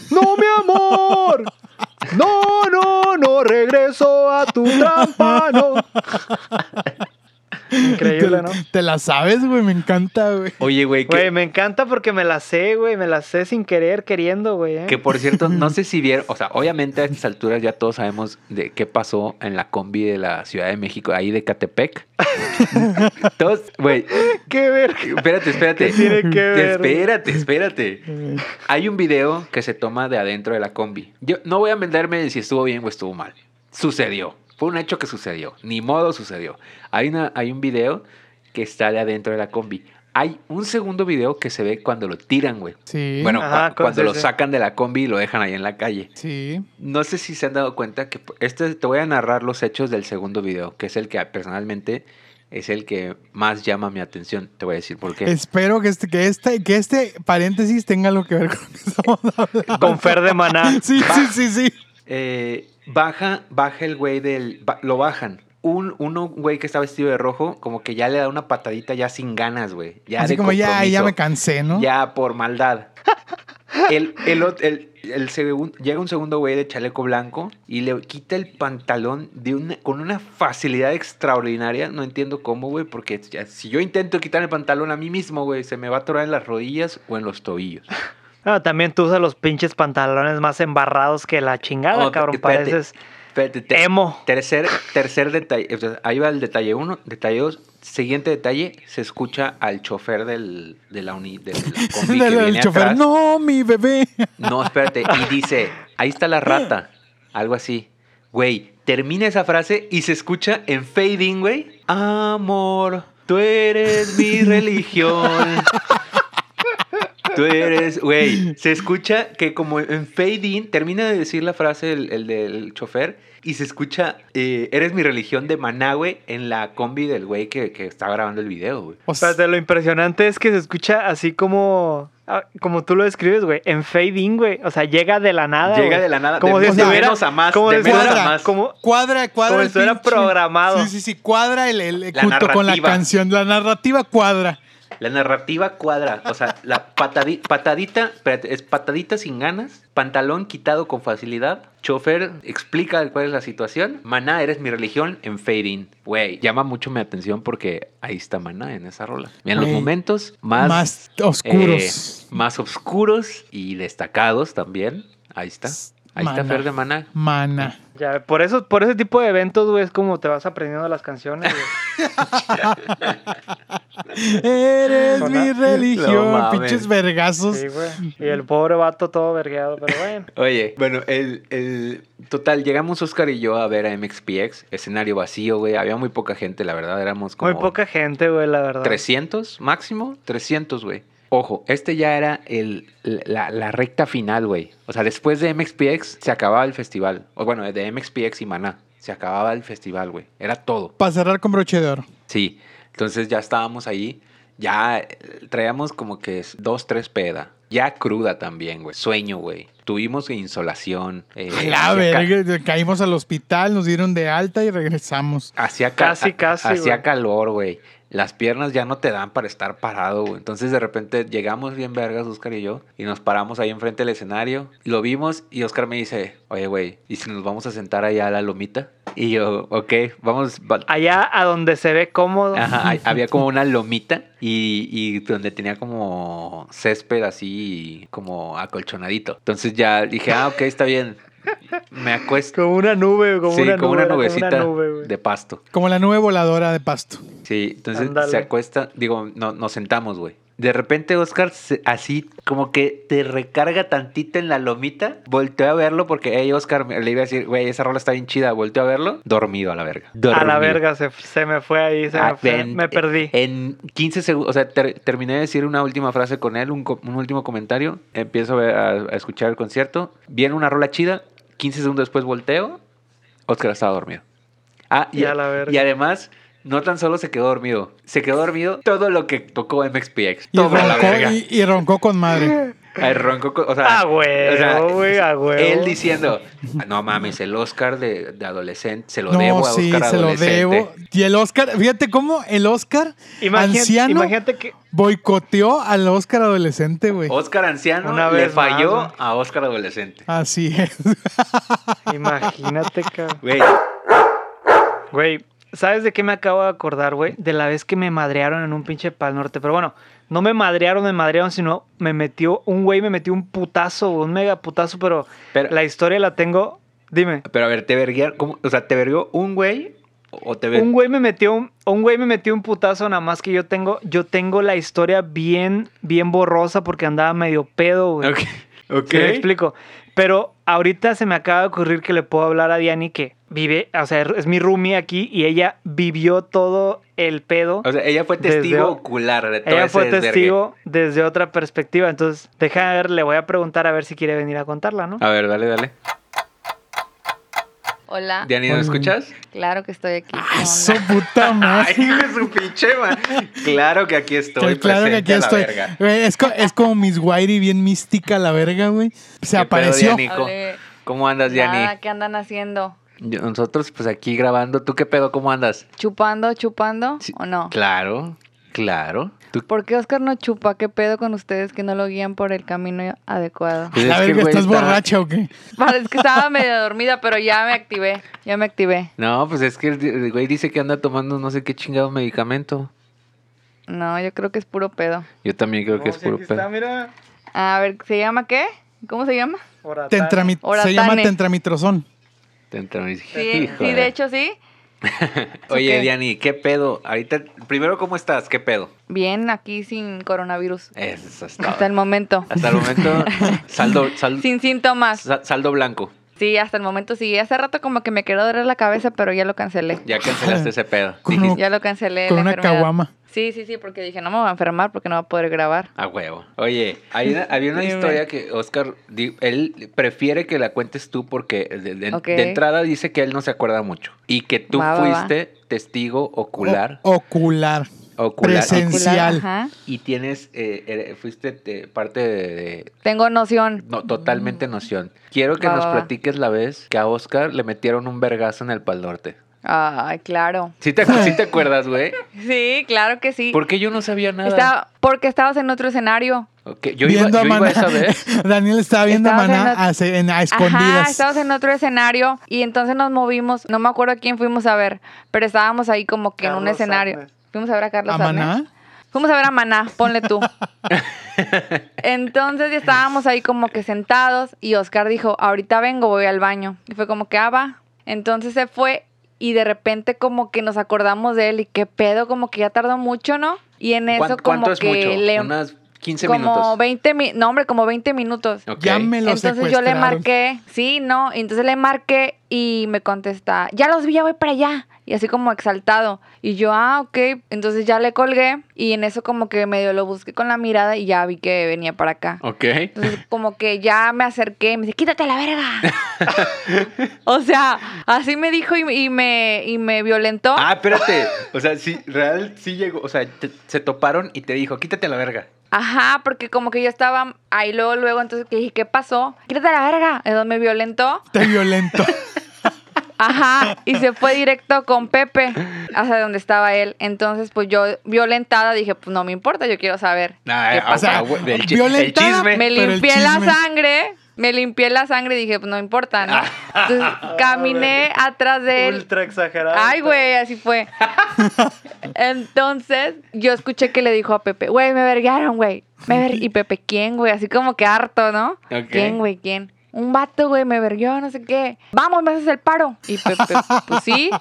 ¡No, mi amor! ¡No, no, no regreso a tu trampa, no! Increíble, ¿no? Te, te la sabes, güey, me encanta, güey. su- Oye, güey, Güey, que, me encanta porque me la sé, güey. Me la sé sin querer, queriendo, güey. ¿eh? que por cierto, no sé si vieron, o sea, obviamente a estas alturas ya todos sabemos de qué pasó en la combi de la Ciudad de México, ahí de Catepec. todos, güey, ¡Qué ver! espérate, espérate. ¿Qué tiene que ver, güey? Espérate, espérate. Hay un video que se toma de adentro de la combi. Yo no voy a venderme si estuvo bien o estuvo mal. Sucedió. Fue un hecho que sucedió. Ni modo sucedió. Hay, una, hay un video que está de adentro de la combi. Hay un segundo video que se ve cuando lo tiran, güey. Sí. Bueno, Ajá, cua- con- cuando sí, lo sí. sacan de la combi y lo dejan ahí en la calle. Sí. No sé si se han dado cuenta que este, te voy a narrar los hechos del segundo video, que es el que personalmente es el que más llama mi atención. Te voy a decir por qué. Espero que este, que este, que este paréntesis tenga algo que ver con lo que estamos hablando. Con Fer de Ah, Maná. Sí, sí, sí, sí. Eh, baja, baja el güey del. ba- lo bajan. Un, uno, un güey que está vestido de rojo, como que ya le da una patadita ya sin ganas, güey. Ya Así de como ya, ya compromiso. me cansé, ¿no? Ya por maldad. El, el, ot- el- el segun- llega un segundo güey de chaleco blanco y le quita el pantalón de una, con una facilidad extraordinaria. No entiendo cómo, güey, porque ya- si yo intento quitar el pantalón a mí mismo, güey, se me va a atorar en las rodillas o en los tobillos. No, Ah, también tú usas los pinches pantalones más embarrados que la chingada, Oh, cabrón. espérate. Pareces Espérate, te- emo. Tercer, tercer detalle, o sea, ahí va el detalle uno, detalle dos, siguiente detalle, se escucha al chofer del, de la uni, del combi que Del- del viene chofer, atrás. no, mi bebé. No, espérate, y dice, ahí está la rata, algo así. Güey, termina esa frase y se escucha en fading, güey. Amor, tú eres mi religión. Tú eres, güey, se escucha que como en fading termina de decir la frase el, el del chofer y se escucha, eh, eres mi religión de maná, güey, en la combi del güey que, que está grabando el video, güey. O sea, Espérate, lo impresionante es que se escucha así como, ah, como tú lo describes, güey, en fade in, güey. O sea, llega de la nada. Llega güey. de la nada, Como de si menos estuviera, a más, como de si estuviera- menos a más. como- cuadra, cuadra. como el si estuviera pinche- programado. Sí, sí, sí, cuadra el, el- La junto con la narrativa. canción, la narrativa cuadra. La narrativa cuadra, o sea, la patadi- patadita, espérate, es patadita sin ganas, pantalón quitado con facilidad, chofer explica cuál es la situación, maná, eres mi religión en fading. Güey, llama mucho mi atención porque ahí está maná en esa rola. En los Güey, momentos más, Más, oscuros. eh, más oscuros y destacados también, ahí está. Ahí está Maná. Fer de maná. Mana. Ya, por, eso, por ese tipo de eventos, güey, es como te vas aprendiendo las canciones. güey. Eres mi Maná. religión. eh, No mames. pinches vergazos. Sí, güey. Y el pobre vato todo vergueado, pero bueno. Oye, bueno, el, el- total, llegamos Oscar y yo a ver a MXPX, escenario vacío, güey, había muy poca gente, la verdad, éramos como Muy poca gente, güey, la verdad. 300 máximo, 300, güey. Ojo, este ya era el, la, la recta final, güey. O sea, después de MXPX se acababa el festival. O bueno, de MXPX y Maná. Se acababa el festival, güey. Era todo. Para cerrar con broche de oro. Sí. Entonces ya estábamos ahí. Ya eh, traíamos como que es dos, tres peda. Ya cruda también, güey. Sueño, güey. Tuvimos insolación. eh, La hacía ca- verga, caímos al hospital, nos dieron de alta y regresamos. Hacía ca- Casi, casi, Hacía güey. calor, güey. las piernas ya no te dan para estar parado, güey. Entonces de repente llegamos bien vergas, Oscar y yo, y nos paramos ahí enfrente del escenario, lo vimos y Oscar me dice, oye, güey, ¿y si nos vamos a sentar allá a la lomita? Y yo, ok, vamos... va- Allá a donde se ve cómodo. Ajá, hay- había como una lomita y, y donde tenía como césped así, como acolchonadito. Entonces ya dije, ah, ok, está bien. Me acuesto. Como una nube, como, sí, una, como una nube, era nubecita Como una nube, güey. de pasto. Como la nube voladora de pasto. Sí, entonces Ándale. se acuesta, digo, no, nos sentamos, güey. De repente Oscar se- así como que te recarga tantito en la lomita. Volteo a verlo porque, hey, Oscar, me- le iba a decir, güey, esa rola está bien chida. Volteo a verlo, dormido a la verga. A la Dormido. verga, se, se me fue ahí, se me, Ah, fue, en- me perdí. En 15 segundos, o sea, ter- terminé de decir una última frase con él, un, co- un último comentario. Empiezo a, ver- a- a escuchar el concierto. Viene una rola chida. 15 segundos después volteo. Oscar estaba dormido. Ah, y, Y a la verga. y además, no tan solo se quedó dormido, se quedó dormido todo lo que tocó MXPX. Y Todo a la roncó, verga. y, y roncó con madre. Ay, ronco, co- o sea, Ah, güey, o sea, güey, ah, güey. él diciendo, "Ah, no mames, el Oscar de, de adolescente, se lo No, debo a Oscar sí, se lo adolescente. debo. Y el Oscar, fíjate cómo el Oscar Imagínate, anciano imagínate que boicoteó al Oscar adolescente, güey. Oscar anciano Una le vez más, falló ¿no? a Oscar adolescente. Así es. Imagínate, cabrón. Güey, Güey, ¿sabes de qué me acabo de acordar, güey? De la vez que me madrearon en un pinche pal norte. Pero bueno, no me madrearon, me madrearon, sino me metió un güey, me metió un putazo, un mega putazo, pero, Pero- la historia la tengo. Dime. pero a ver, te verguiar, ¿cómo? O sea, ¿te verguió un güey o te Un verguió? güey me metió un, un güey me metió un putazo, nada más que yo tengo, yo tengo la historia bien, bien borrosa porque andaba medio pedo, güey. Ok, ok. Sí, me explico. Pero ahorita se me acaba de ocurrir que le puedo hablar a Diani que vive, o sea, es mi roomie aquí y ella vivió todo el pedo. O sea, ella fue Desde- testigo ocular de todo ella ese fue desvergue. testigo desde otra perspectiva. Entonces, deja de ver, le voy a preguntar a ver si quiere venir a contarla, ¿no? A ver, dale, dale. Hola. Diani, ¿no Hola. escuchas? Claro que estoy aquí. ¿qué Ah, su onda? puta Ay, madre. hijo de su pinche man. Claro que aquí estoy. Que claro que presente aquí a la estoy. verga. Güey, Es, co- es como Miss Whitey, bien mística la verga, güey. Se pedo, apareció. Diani? Nico. Ole. ¿Cómo andas, Nada, Diani? ¿qué andan haciendo? Yo- Nosotros, pues aquí grabando. ¿Tú qué pedo? ¿Cómo andas? ¿Chupando, chupando Sí, o no? Claro, claro. ¿Tú? ¿Por qué Oscar no chupa? ¿Qué pedo con ustedes que no lo guían por el camino adecuado? Pues la es que el verga, güey ¿estás estaba- borracha o qué? Vale, es que estaba medio dormida, pero ya me activé. Ya me activé. No, pues es que el- el güey dice que anda tomando no sé qué chingado medicamento. No, yo creo que es puro pedo. Yo también creo que es puro pedo. mira. A ver, ¿se llama qué? ¿Cómo se llama? Tentrami- Oratane. se llama tentramitrozón. Te entró y dije, Sí, "Hijo sí, la-". de hecho sí. Oye, ok. Diani, ¿qué pedo? Ahorita, primero, ¿cómo estás? ¿Qué pedo? Bien, aquí sin coronavirus. Eso es todo. Hasta el momento. Eh, Hasta el momento, saldo, sal- Sin síntomas. sa- saldo blanco. Sí, hasta el momento sí. Hace rato como que me quedó doler la cabeza, pero ya lo cancelé. Ya cancelaste ese pedo. Con Dijiste, un- Ya lo cancelé. Con la una enfermedad. caguama. Sí, sí, sí, porque dije, no me voy a enfermar porque no voy a poder grabar. a huevo. Oye, hay una- había una Dime. historia que Oscar, di- él prefiere que la cuentes tú porque de, de- Ok. de entrada dice que él no se acuerda mucho y que tú Va, va, va. fuiste testigo ocular, O- ocular. ocular y- presen- Esencial. Ajá. y tienes, eh, eh, fuiste eh, parte de- de, Tengo noción. No, totalmente noción. Quiero que Va, nos va, va. platiques la vez que a Oscar le metieron un vergazo en el Pal Norte. Ay, claro. ¿Sí te, sí te acuerdas, güey? Sí, claro que sí. Porque yo no sabía nada. Estaba- porque estabas en otro escenario. Ok, Yo, iba, yo iba Maná. esa vez. Daniel estaba viendo Estabas a en Maná la- a, se- en- a Ajá, escondidas. estabas en otro escenario y entonces nos movimos. No me acuerdo quién fuimos a ver, pero estábamos ahí como que en un Carlos escenario. Adnet. Fuimos a ver a Carlos ¿A Adnet. Maná? Fuimos a ver a Maná, ponle tú. Entonces ya estábamos ahí como que sentados y Oscar dijo, ahorita vengo, voy al baño. Y fue como que, ah, va. Entonces se fue y de repente como que nos acordamos de él y qué pedo, como que ya tardó mucho, ¿no? Y en eso ¿Cuán- ¿Cuánto como es que mucho? le... Unas 15 como minutos. 20 minutos. No, hombre, como 20 minutos. Ok. Ya me lo Entonces yo le secuestraron. marqué, sí, no, entonces le marqué y me contesta, ya los vi, ya voy para allá. Y así como exaltado. Y yo, ah, ok. Entonces ya le colgué y en eso como que medio lo busqué con la mirada y ya vi que venía para acá. Ok. Entonces como que ya me acerqué y me dice, quítate la verga. o sea, así me dijo y, y me, y me violentó. Ah, espérate. O sea, sí, real, sí llegó. O sea, te- se toparon y te dijo, quítate la verga. Ajá, porque como que yo estaba ahí luego, luego, entonces que dije, ¿qué pasó? Quítate la verga. Entonces me violentó. Te violento. Ajá, y se fue directo con Pepe hacia donde estaba él. Entonces, pues yo, violentada, dije, pues no me importa, yo quiero saber. Ah, qué ah, pasa. o sea, güey, el, chi- el violentada, chisme. me pero el limpié la chisme. sangre, me limpié la sangre y dije, pues no importa, ¿no? Entonces, caminé atrás de él. Ultra exagerado. Ay, güey, así fue. Entonces, yo escuché que le dijo a Pepe, güey, me vergaron, güey. Me ver- Y Pepe, ¿quién, güey? Así como que harto, ¿no? Ok. ¿Quién, güey? ¿Quién? Un vato, güey, me verguió, no sé qué. Vamos, me haces el paro. Y Pepe, pues sí.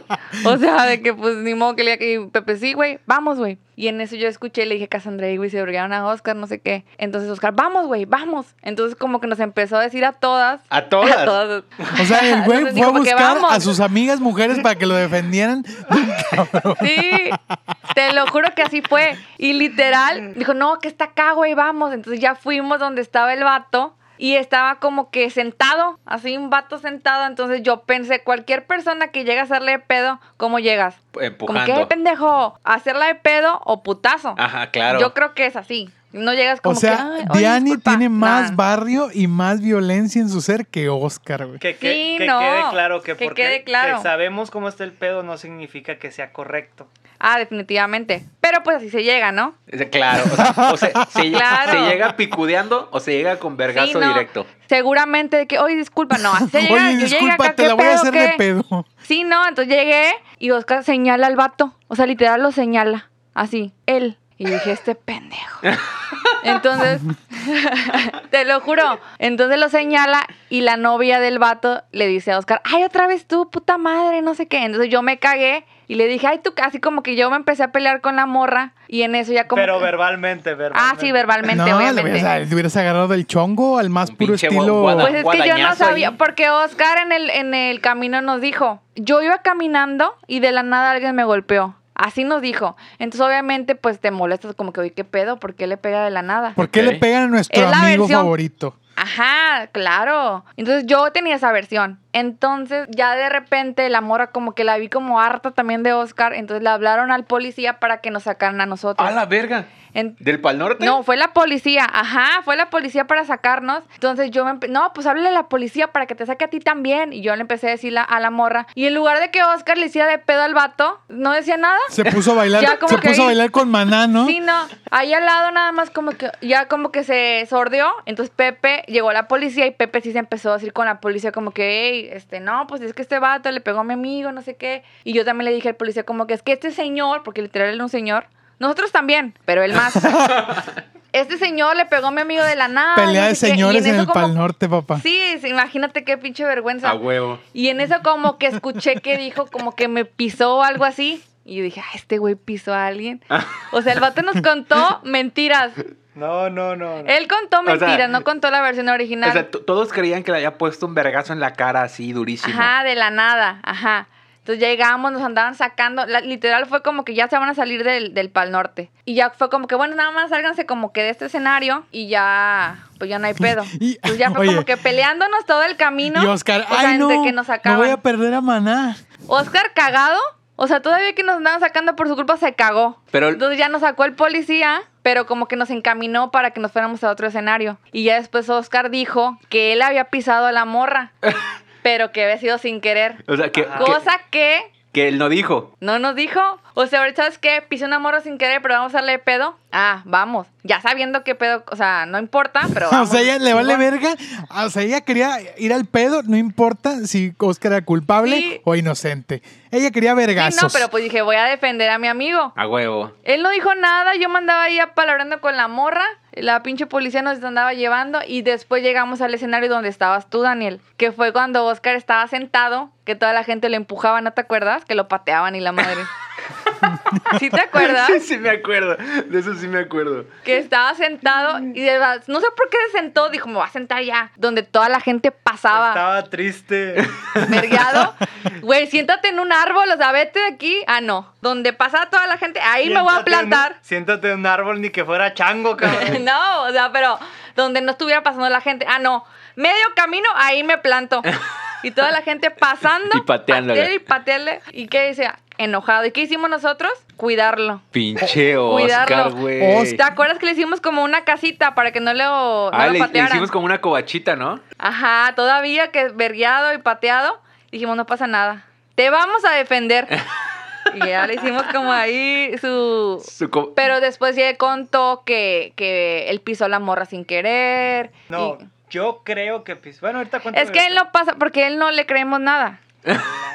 O sea, de que pues ni modo que le diga que- y Pepe, sí, güey, vamos, güey. Y en eso yo escuché, le dije a Cassandra, "Ey, güey, se vergaron a Oscar, no sé qué. Entonces, Oscar, vamos, güey, vamos. Entonces, como que nos empezó a decir a todas. A todas. A todas. O sea, el güey Entonces, fue a como que buscar vamos. a sus amigas mujeres para que lo defendieran. Sí, te lo juro que así fue. Y Mm. literal, dijo, no, que está acá, güey, vamos. Entonces ya fuimos donde estaba el vato. Y estaba como que sentado, así un vato sentado. Entonces yo pensé, cualquier persona que llega a hacerle de pedo, ¿cómo llegas? Como que, empujando. "Eh, pendejo, hacerla de pedo o putazo. Ajá, claro. Yo creo que es así. No llegas O como que, sea, "Ay, oye, Diani disculpa". tiene más Nah. barrio y más violencia en su ser que Oscar, güey. Que, que, Sí, que no, quede claro que, que porque quede claro. que sabemos cómo está el pedo no significa que sea correcto. Ah, definitivamente. Pero pues así se llega, ¿no? Eh, Claro. O sea, o sea, se, Claro. se llega picudeando o se llega con vergazo Sí, no. directo. Seguramente de que, oye, disculpa, no, así se llega, Oye, yo llegué acá, disculpa, te ¿qué la voy a pedo, hacer qué? de pedo. Sí, no, entonces llegué y Oscar señala al vato. O sea, literal lo señala. Así, él. Y dije, este pendejo. Entonces, te lo juro. Entonces lo señala y la novia del vato le dice a Oscar, ay, otra vez tú, puta madre, no sé qué. Entonces yo me cagué y le dije, ay, tú, así como que yo me empecé a pelear con la morra y en eso ya como... Pero que- verbalmente, Ah, verbalmente. sí, verbalmente, No, le obviamente. hubieras, le hubieras agarrado del chongo al más Un puro pinche estilo. guada- Pues es que yo no guadañazo sabía, ahí. porque Oscar en el, en el camino nos dijo, yo iba caminando y de la nada alguien me golpeó. Así nos dijo. Entonces obviamente pues te molestas como que, oye, ¿qué pedo? ¿Por qué le pega de la nada? ¿Por qué Ok. le pegan a nuestro Es la amigo versión- favorito? Ajá, claro. Entonces yo tenía esa versión. Entonces ya de repente la mora como que la vi como harta también de Oscar. Entonces le hablaron al policía para que nos sacaran a nosotros. A la verga. En- ¿Del Pal Norte? no, fue la policía, ajá, fue la policía para sacarnos. Entonces yo me empe- no, pues háblale a la policía para que te saque a ti también. Y yo le empecé a decir la- a la morra. Y en lugar de que Oscar le hiciera de pedo al vato, no decía nada. Se puso a bailar, Ya como se que puso a ahí- bailar con Maná, ¿no? Sí, no. Ahí al lado nada más como que ya como que se sordió. Entonces Pepe llegó la policía y Pepe sí se empezó a decir con la policía como que, hey, este, no, pues es que este vato le pegó a mi amigo, no sé qué. Y yo también le dije al policía como que es que este señor, porque literal era un señor, nosotros también, pero él más. Este señor le pegó a mi amigo de la nada. y Pelea no de sé qué. Y señores en, eso el como- Pal Norte, papá. Sí, sí, imagínate qué pinche vergüenza. A huevo. Y en eso como que escuché que dijo como que me pisó o algo así. Y yo dije, ah, este güey pisó a alguien. O sea, el vato nos contó mentiras. No, no, no. no. Él contó O sea, mentiras, no contó la versión original. O sea, t- todos creían que le había puesto un vergazo en la cara así durísimo. Ajá, de la nada, ajá. Entonces llegamos, nos andaban sacando, la- literal fue como que ya se van a salir del, del Pal Norte. Y ya fue como que, bueno, nada más sálganse como que de este escenario y ya, pues ya no hay pedo. Y- Entonces ya fue como oye. que peleándonos todo el camino. y Oscar, o sea, ay no, entre que nos me sacaban. voy a perder a Maná. Oscar cagado, o sea, todavía que nos andaban sacando por su culpa se cagó. Pero- Entonces ya nos sacó el policía, pero como que nos encaminó para que nos fuéramos a otro escenario. Y ya después Oscar dijo que él había pisado a la morra, pero que había sido sin querer. O sea, que, Ah. Ajá. que- Cosa que que él no dijo. no nos dijo. O sea, ahorita sabes que pisé una morra sin querer, pero vamos a darle pedo. Ah, vamos. Ya sabiendo qué pedo, o sea, no importa, pero O vamos. sea, ella le vale Simón. verga. O sea, ella quería ir al pedo, no importa si Oscar era culpable Sí. o inocente. Ella quería Sí, vergazos. no, pero pues dije, voy a defender a mi amigo. A huevo. Él no dijo nada, yo me andaba ahí apalabrando con la morra, la pinche policía nos andaba llevando y después llegamos al escenario donde estabas tú, Daniel, que fue cuando Oscar estaba sentado, que toda la gente le empujaba, ¿no te acuerdas? Que lo pateaban y la madre. ¿Sí te acuerdas? Sí, sí me acuerdo. De eso sí me acuerdo. Que estaba sentado y de verdad, no sé por qué se sentó, dijo, me voy a sentar ya, donde toda la gente pasaba, Estaba triste. mergueado. Güey, siéntate en un árbol, o sea, vete de aquí. Ah, no, donde pasaba toda la gente, ahí me voy a Siéntate en un- plantar. siéntate en un árbol ni que fuera chango, cabrón. no, o sea, pero donde no estuviera pasando la gente. Ah, no, medio camino, ahí me planto. Y toda la gente pasando. Y pateándole. patearle y patearle. ¿Y qué dice? Enojado. ¿Y qué hicimos nosotros? Cuidarlo. Pinche Oscar, Cuidarlo. güey. ¿Te acuerdas que le hicimos como una casita para que no lo, no Ah, lo le, le patearan? hicimos como una cobachita, ¿no? Ajá, todavía que vergueado y pateado. Dijimos, no pasa nada. Te vamos a defender. y ya le hicimos como ahí su... Su co- Pero después ya contó que, que él pisó la morra sin querer. No, y- yo creo que. pis- Bueno, ahorita cuento. Es que él no pasa, porque él no le creemos nada.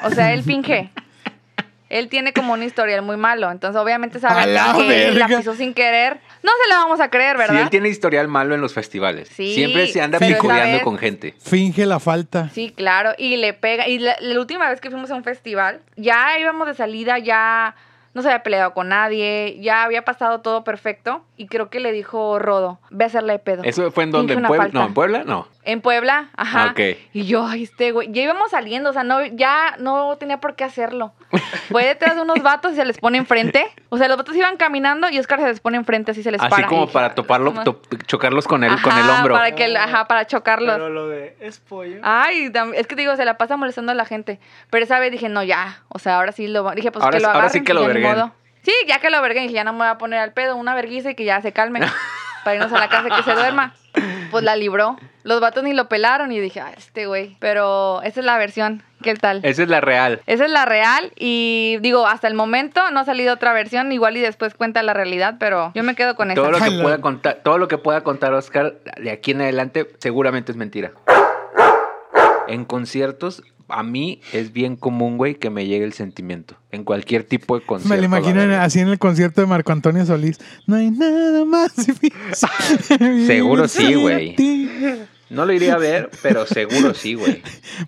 O sea, él finge. Él tiene como un historial muy malo. Entonces, obviamente, A sabe la que la verga. pisó sin querer. No se la vamos a creer, Sí, él ¿verdad? tiene historial malo en los festivales. Sí, Siempre se anda pero esta picoreando vez- con gente. Finge la falta. Sí, claro, y le pega. Y la, la última vez que fuimos a un festival, ya íbamos de salida, ya no se había peleado con nadie, ya había pasado todo perfecto. Y creo que le dijo Rodo, ve a hacerle de pedo. ¿Eso fue en donde? Finge ¿En una Puebla? falta. No, en Puebla no. En Puebla, ajá. Ah, ok. Y yo, ay, este güey, ya íbamos saliendo, o sea, no, ya no tenía por qué hacerlo. Fue detrás de unos vatos y se les pone enfrente. O sea, los vatos iban caminando y Oscar se les pone enfrente, así se les Así para. Y como dije, para toparlo, "Ah, to- chocarlos con el, con ajá, el hombro. Para que, el- ajá, para chocarlos. Pero lo de. Es pollo. Ay, tam- es que te digo, se la pasa molestando a la gente. Pero esa vez dije, no, ya. O sea, ahora sí lo. va- Dije, pues Ahora que lo sí- agarren. ahora sí que pues, lo ya ni verguen. modo. Sí, ya que lo verguen. Dije, ya no me voy a poner al pedo una verguisa y que ya se calme. para irnos a la casa y que se duerma. Pues la libró. Los vatos ni lo pelaron y dije, ah, este güey. Pero esa es la versión. ¿Qué tal? Esa es la real. Esa es la real y digo, hasta el momento no ha salido otra versión, igual y después cuenta la realidad, pero yo me quedo con esa. Todo lo, que Jalo. pueda contar, todo lo que pueda contar Oscar de aquí en adelante seguramente es mentira. En conciertos, a mí es bien común, güey, que me llegue el sentimiento. En cualquier tipo de concierto. Me lo imagino la en- verdad. así en el concierto de Marco Antonio Solís. No hay nada más difícil. Seguro sí, güey. Sentir. No lo iría a ver, pero seguro sí, güey.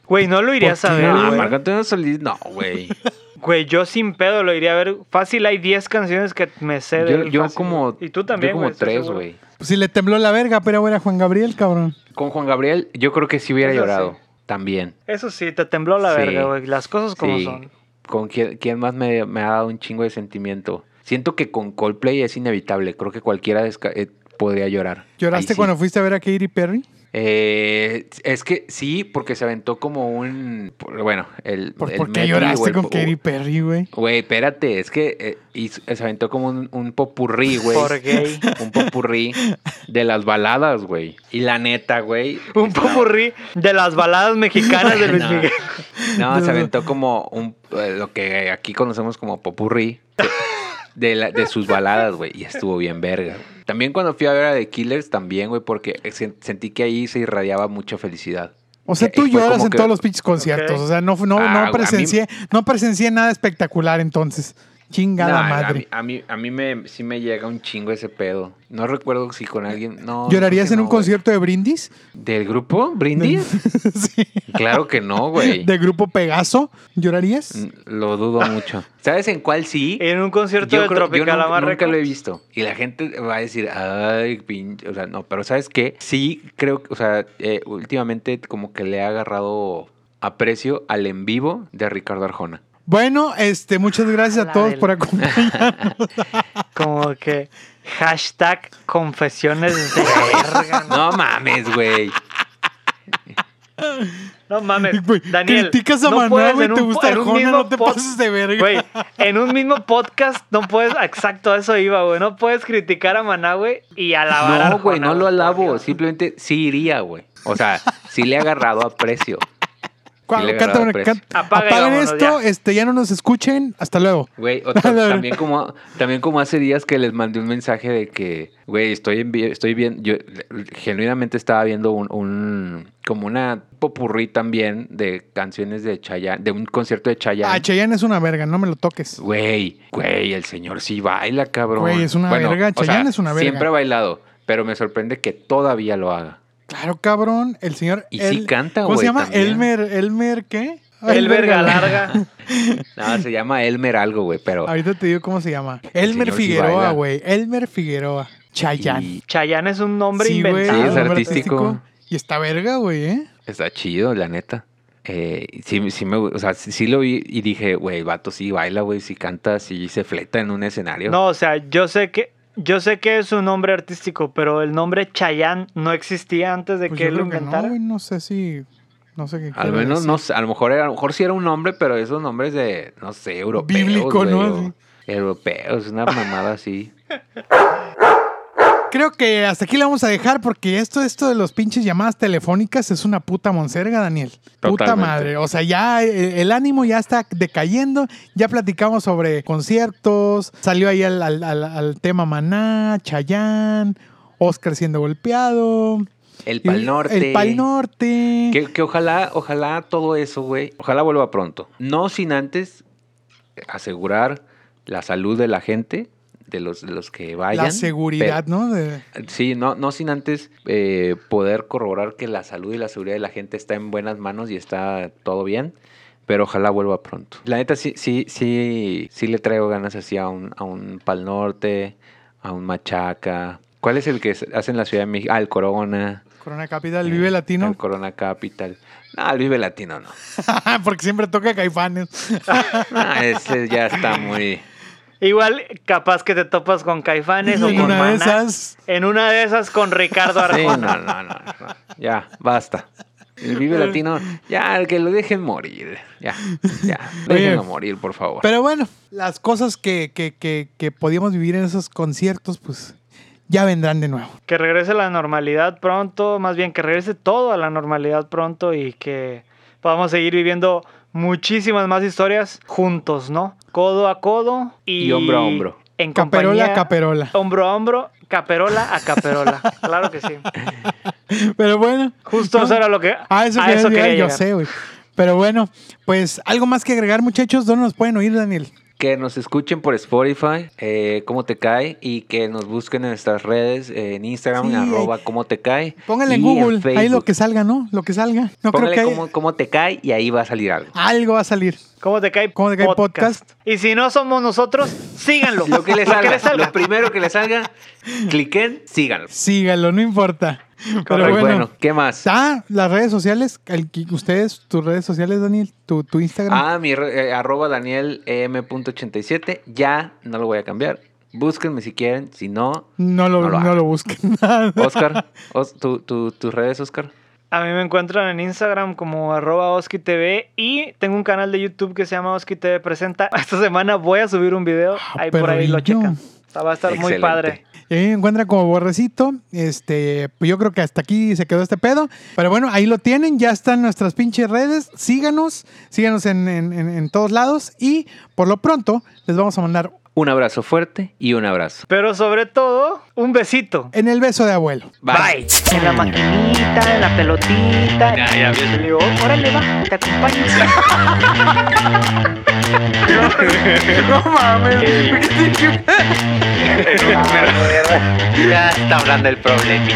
Güey, no lo irías a ¿Por qué, ver. güey? No, güey. Marco Antonio Solís, no, güey. Güey, yo sin pedo lo iría a ver. Fácil, hay 10 canciones que me sé de Yo, él, yo fácil. como. Y tú también, Yo como güey, estoy tres, seguro. güey. Pues si le tembló la verga, pero era Juan Gabriel, cabrón. Con Juan Gabriel, yo creo que sí hubiera Eso sí. llorado. También. Eso sí, te tembló la Sí. verga, güey. Las cosas como Sí. son. ¿Con quién, quién más me, me ha dado un chingo de sentimiento? Siento que con Coldplay es inevitable. Creo que cualquiera desca- eh, podría llorar. ¿Lloraste Ahí sí. cuando fuiste a ver a Katy Perry? Eh, es que sí, porque se aventó como un... por- Bueno, el... ¿Por, el por qué medley o lloraste el- con o- Katy Perry, güey? Güey, espérate, es que eh, hizo- se aventó como un, un popurrí, güey. Por gay. Un popurrí de las baladas, güey. Y la neta, güey. Un está- popurrí de las baladas mexicanas de Luis No. Miguel. No, se aventó como un, eh, lo que aquí conocemos como popurrí de, la- de sus baladas, güey. Y estuvo bien verga. También cuando fui a ver a The Killers, también, güey, porque sen- sentí que ahí se irradiaba mucha felicidad. O sea, Que tú fue lloras como en que- todos los pinches conciertos. Ok. O sea, no, Ah, no, no güey, a mí- presencié, no presencié nada espectacular entonces. Chingada No, A mí, madre. a mí, a mí me, sí me llega un chingo ese pedo. No recuerdo si con alguien... No, ¿Llorarías creo que en no, un güey. concierto de brindis? ¿Del grupo? ¿Brindis? sí. claro que no, güey. ¿De grupo Pegaso? ¿Llorarías? Mm, Lo dudo mucho. ¿Sabes en cuál sí? En un concierto de creo- Tropical nunca- Amarre. nunca lo he visto. Y la gente va a decir, ay, pinche. O sea, no, pero ¿sabes qué? Sí, creo que, o sea, eh, últimamente como que le ha agarrado aprecio al en vivo de Ricardo Arjona. Bueno, este, muchas gracias a La todos del- por acompañarnos. Como que hashtag confesiones de verga. ¿no? No mames, güey. No mames, Güey, Daniel. criticas a no Maná, puedes güey, en te un- gusta en un Arjona, mismo no te pod- pases de verga. Güey, en un mismo podcast no puedes, exacto, a eso iba, güey. No puedes criticar a Maná, güey, y alabar a No, güey, no Arjona, lo por alabo. Dios. Simplemente sí iría, güey. O sea, sí le ha agarrado aprecio. Cuando le he cantan- agarrado can- precio. Apaga y apaguen vámonos, esto, ya. este, ya no nos escuchen, hasta luego. Güey, otro- también como, también como hace días que les mandé un mensaje de que, güey, estoy en, vi- estoy bien, yo genuinamente estaba viendo un, un- como una popurrí también de canciones de Chayanne, de un concierto de Ah, Chayanne. Cheyenne es una verga, no me lo toques. Güey, güey, el señor sí baila, cabrón. Güey, es una verga, Chayanne es una verga. Siempre ha bailado, pero me sorprende que todavía lo haga. Claro, cabrón, el señor... Y sí canta, ¿Cómo se güey, llama? también. Elmer, Elmer, ¿qué? El verga larga. No, Ah, se llama Elmer algo, güey, pero... Ahorita te digo cómo se llama. Elmer señor sí Figueroa, baila. güey. Elmer Figueroa. Chayanne. y Chayanne es un nombre Sí, güey, inventado. Sí, es nombre artístico. Y está verga, güey, ¿eh? Está chido, la neta. Eh, sí, sí me, o sea, sí, sí lo vi y dije, güey, vato sí baila, güey, sí canta, sí se fleta en un escenario. No, o sea, yo sé que yo sé que es un nombre artístico, pero el nombre Chayanne no existía antes de Pues que yo él lo creo que no, inventara. güey, no sé si... No sé qué al quiere menos decir. no sé, a lo mejor era- a lo mejor sí era un nombre, pero esos nombres de no sé, europeos, Bíblico, güey, ¿no? o Así. europeos, una mamada así. Creo que hasta aquí la vamos a dejar porque esto, esto de los pinches llamadas telefónicas es una puta monserga, Daniel. Puta Totalmente. madre. O sea, ya eh, el ánimo ya está decayendo. Ya platicamos sobre conciertos. Salió ahí al, al- al- al tema Maná, Chayán, Oscar siendo golpeado. El Y- Pal Norte. El Pal Norte. Que, que ojalá, ojalá todo eso, güey, ojalá vuelva pronto. No sin antes asegurar la salud de la gente, de los, de los que vayan. La seguridad, Pe- ¿no? De- Sí, no, no sin antes eh, poder corroborar que la salud y la seguridad de la gente está en buenas manos y está todo bien, pero ojalá vuelva pronto. La neta sí, sí, sí, sí le traigo ganas así a un, a un Pal Norte, a un Machaca. ¿Cuál es el que se- hace en la Ciudad de México? Ah, el Corona. Corona Capital, Eh, Vive Latino. El Corona Capital. Ah, el Vive Latino no. porque siempre toca Caifanes. Ah, ese ya está muy. Igual, capaz que te topas con Caifanes o En con una de Maná. esas. En una de esas con Ricardo Sí, no, no, Arjona. no, no. Ya, basta. El Vive Eh. Latino, ya, que lo dejen morir. Ya, ya. Oye, Déjenlo morir, por favor. Pero bueno, las cosas que, que, que, que podíamos vivir en esos conciertos, pues ya vendrán de nuevo. Que regrese la normalidad pronto, más bien que regrese todo a la normalidad pronto y que podamos seguir viviendo muchísimas más historias juntos, ¿no? Codo a codo y, Y hombro a hombro. En Caperola a compañía- caperola. Hombro a hombro, caperola a caperola. claro que sí. Pero bueno. Justo ¿no? eso era lo que. Ah, eso, a quería eso llegar, quería yo llegar. sé, güey. Pero bueno, pues algo más que agregar, muchachos. ¿Dónde nos pueden oír, Daniel? Que nos escuchen por Spotify, eh, cómo te cae, y que nos busquen en nuestras redes, eh, en Instagram, Sí, en arroba cómo te cae. Pónganle en y Google, ahí Facebook. lo que salga, ¿no? Lo que salga. No Póngale creo que cómo, cómo te cae y ahí va a salir algo. algo va a salir. ¿Cómo te cae, ¿Cómo te cae podcast? Y si no somos nosotros, síganlo. Lo que les Lo que salga, les salga. lo primero que les salga, cliquen, síganlo. Sígalo, no importa. Pero Pues bueno. bueno, ¿qué más? Ah, las redes sociales, el- ustedes, tus redes sociales, Daniel, tu, tu Instagram. Ah, mi re- eh, arroba Daniel M.87. Ya no lo voy a cambiar. Búsquenme si quieren. Si no, No lo, No lo no hagan. lo busquen. nada. Oscar, Os- tu- tu- tus redes, Oscar. A mí me encuentran en Instagram como arroba OskiTV y tengo un canal de YouTube que se llama OskiTV Presenta. Esta semana voy a subir un video, Ah, ahí por ahí lo perrillo. checan. O sea, va a estar muy Excelente. padre. Y ahí me encuentran Eh, como borrecito. Este, pues yo creo que hasta aquí se quedó este pedo. Pero bueno, ahí lo tienen. Ya están nuestras pinches redes. Síganos, síganos en, en- en- en todos lados. Y por lo pronto, les vamos a mandar Un abrazo fuerte y un abrazo. Pero sobre todo, un besito. en el beso de abuelo. Bye. En la maquinita, en la pelotita. Ya, ya, bien. Le digo, órale, va, te acompaño. no, mames. Ya está hablando el problemita.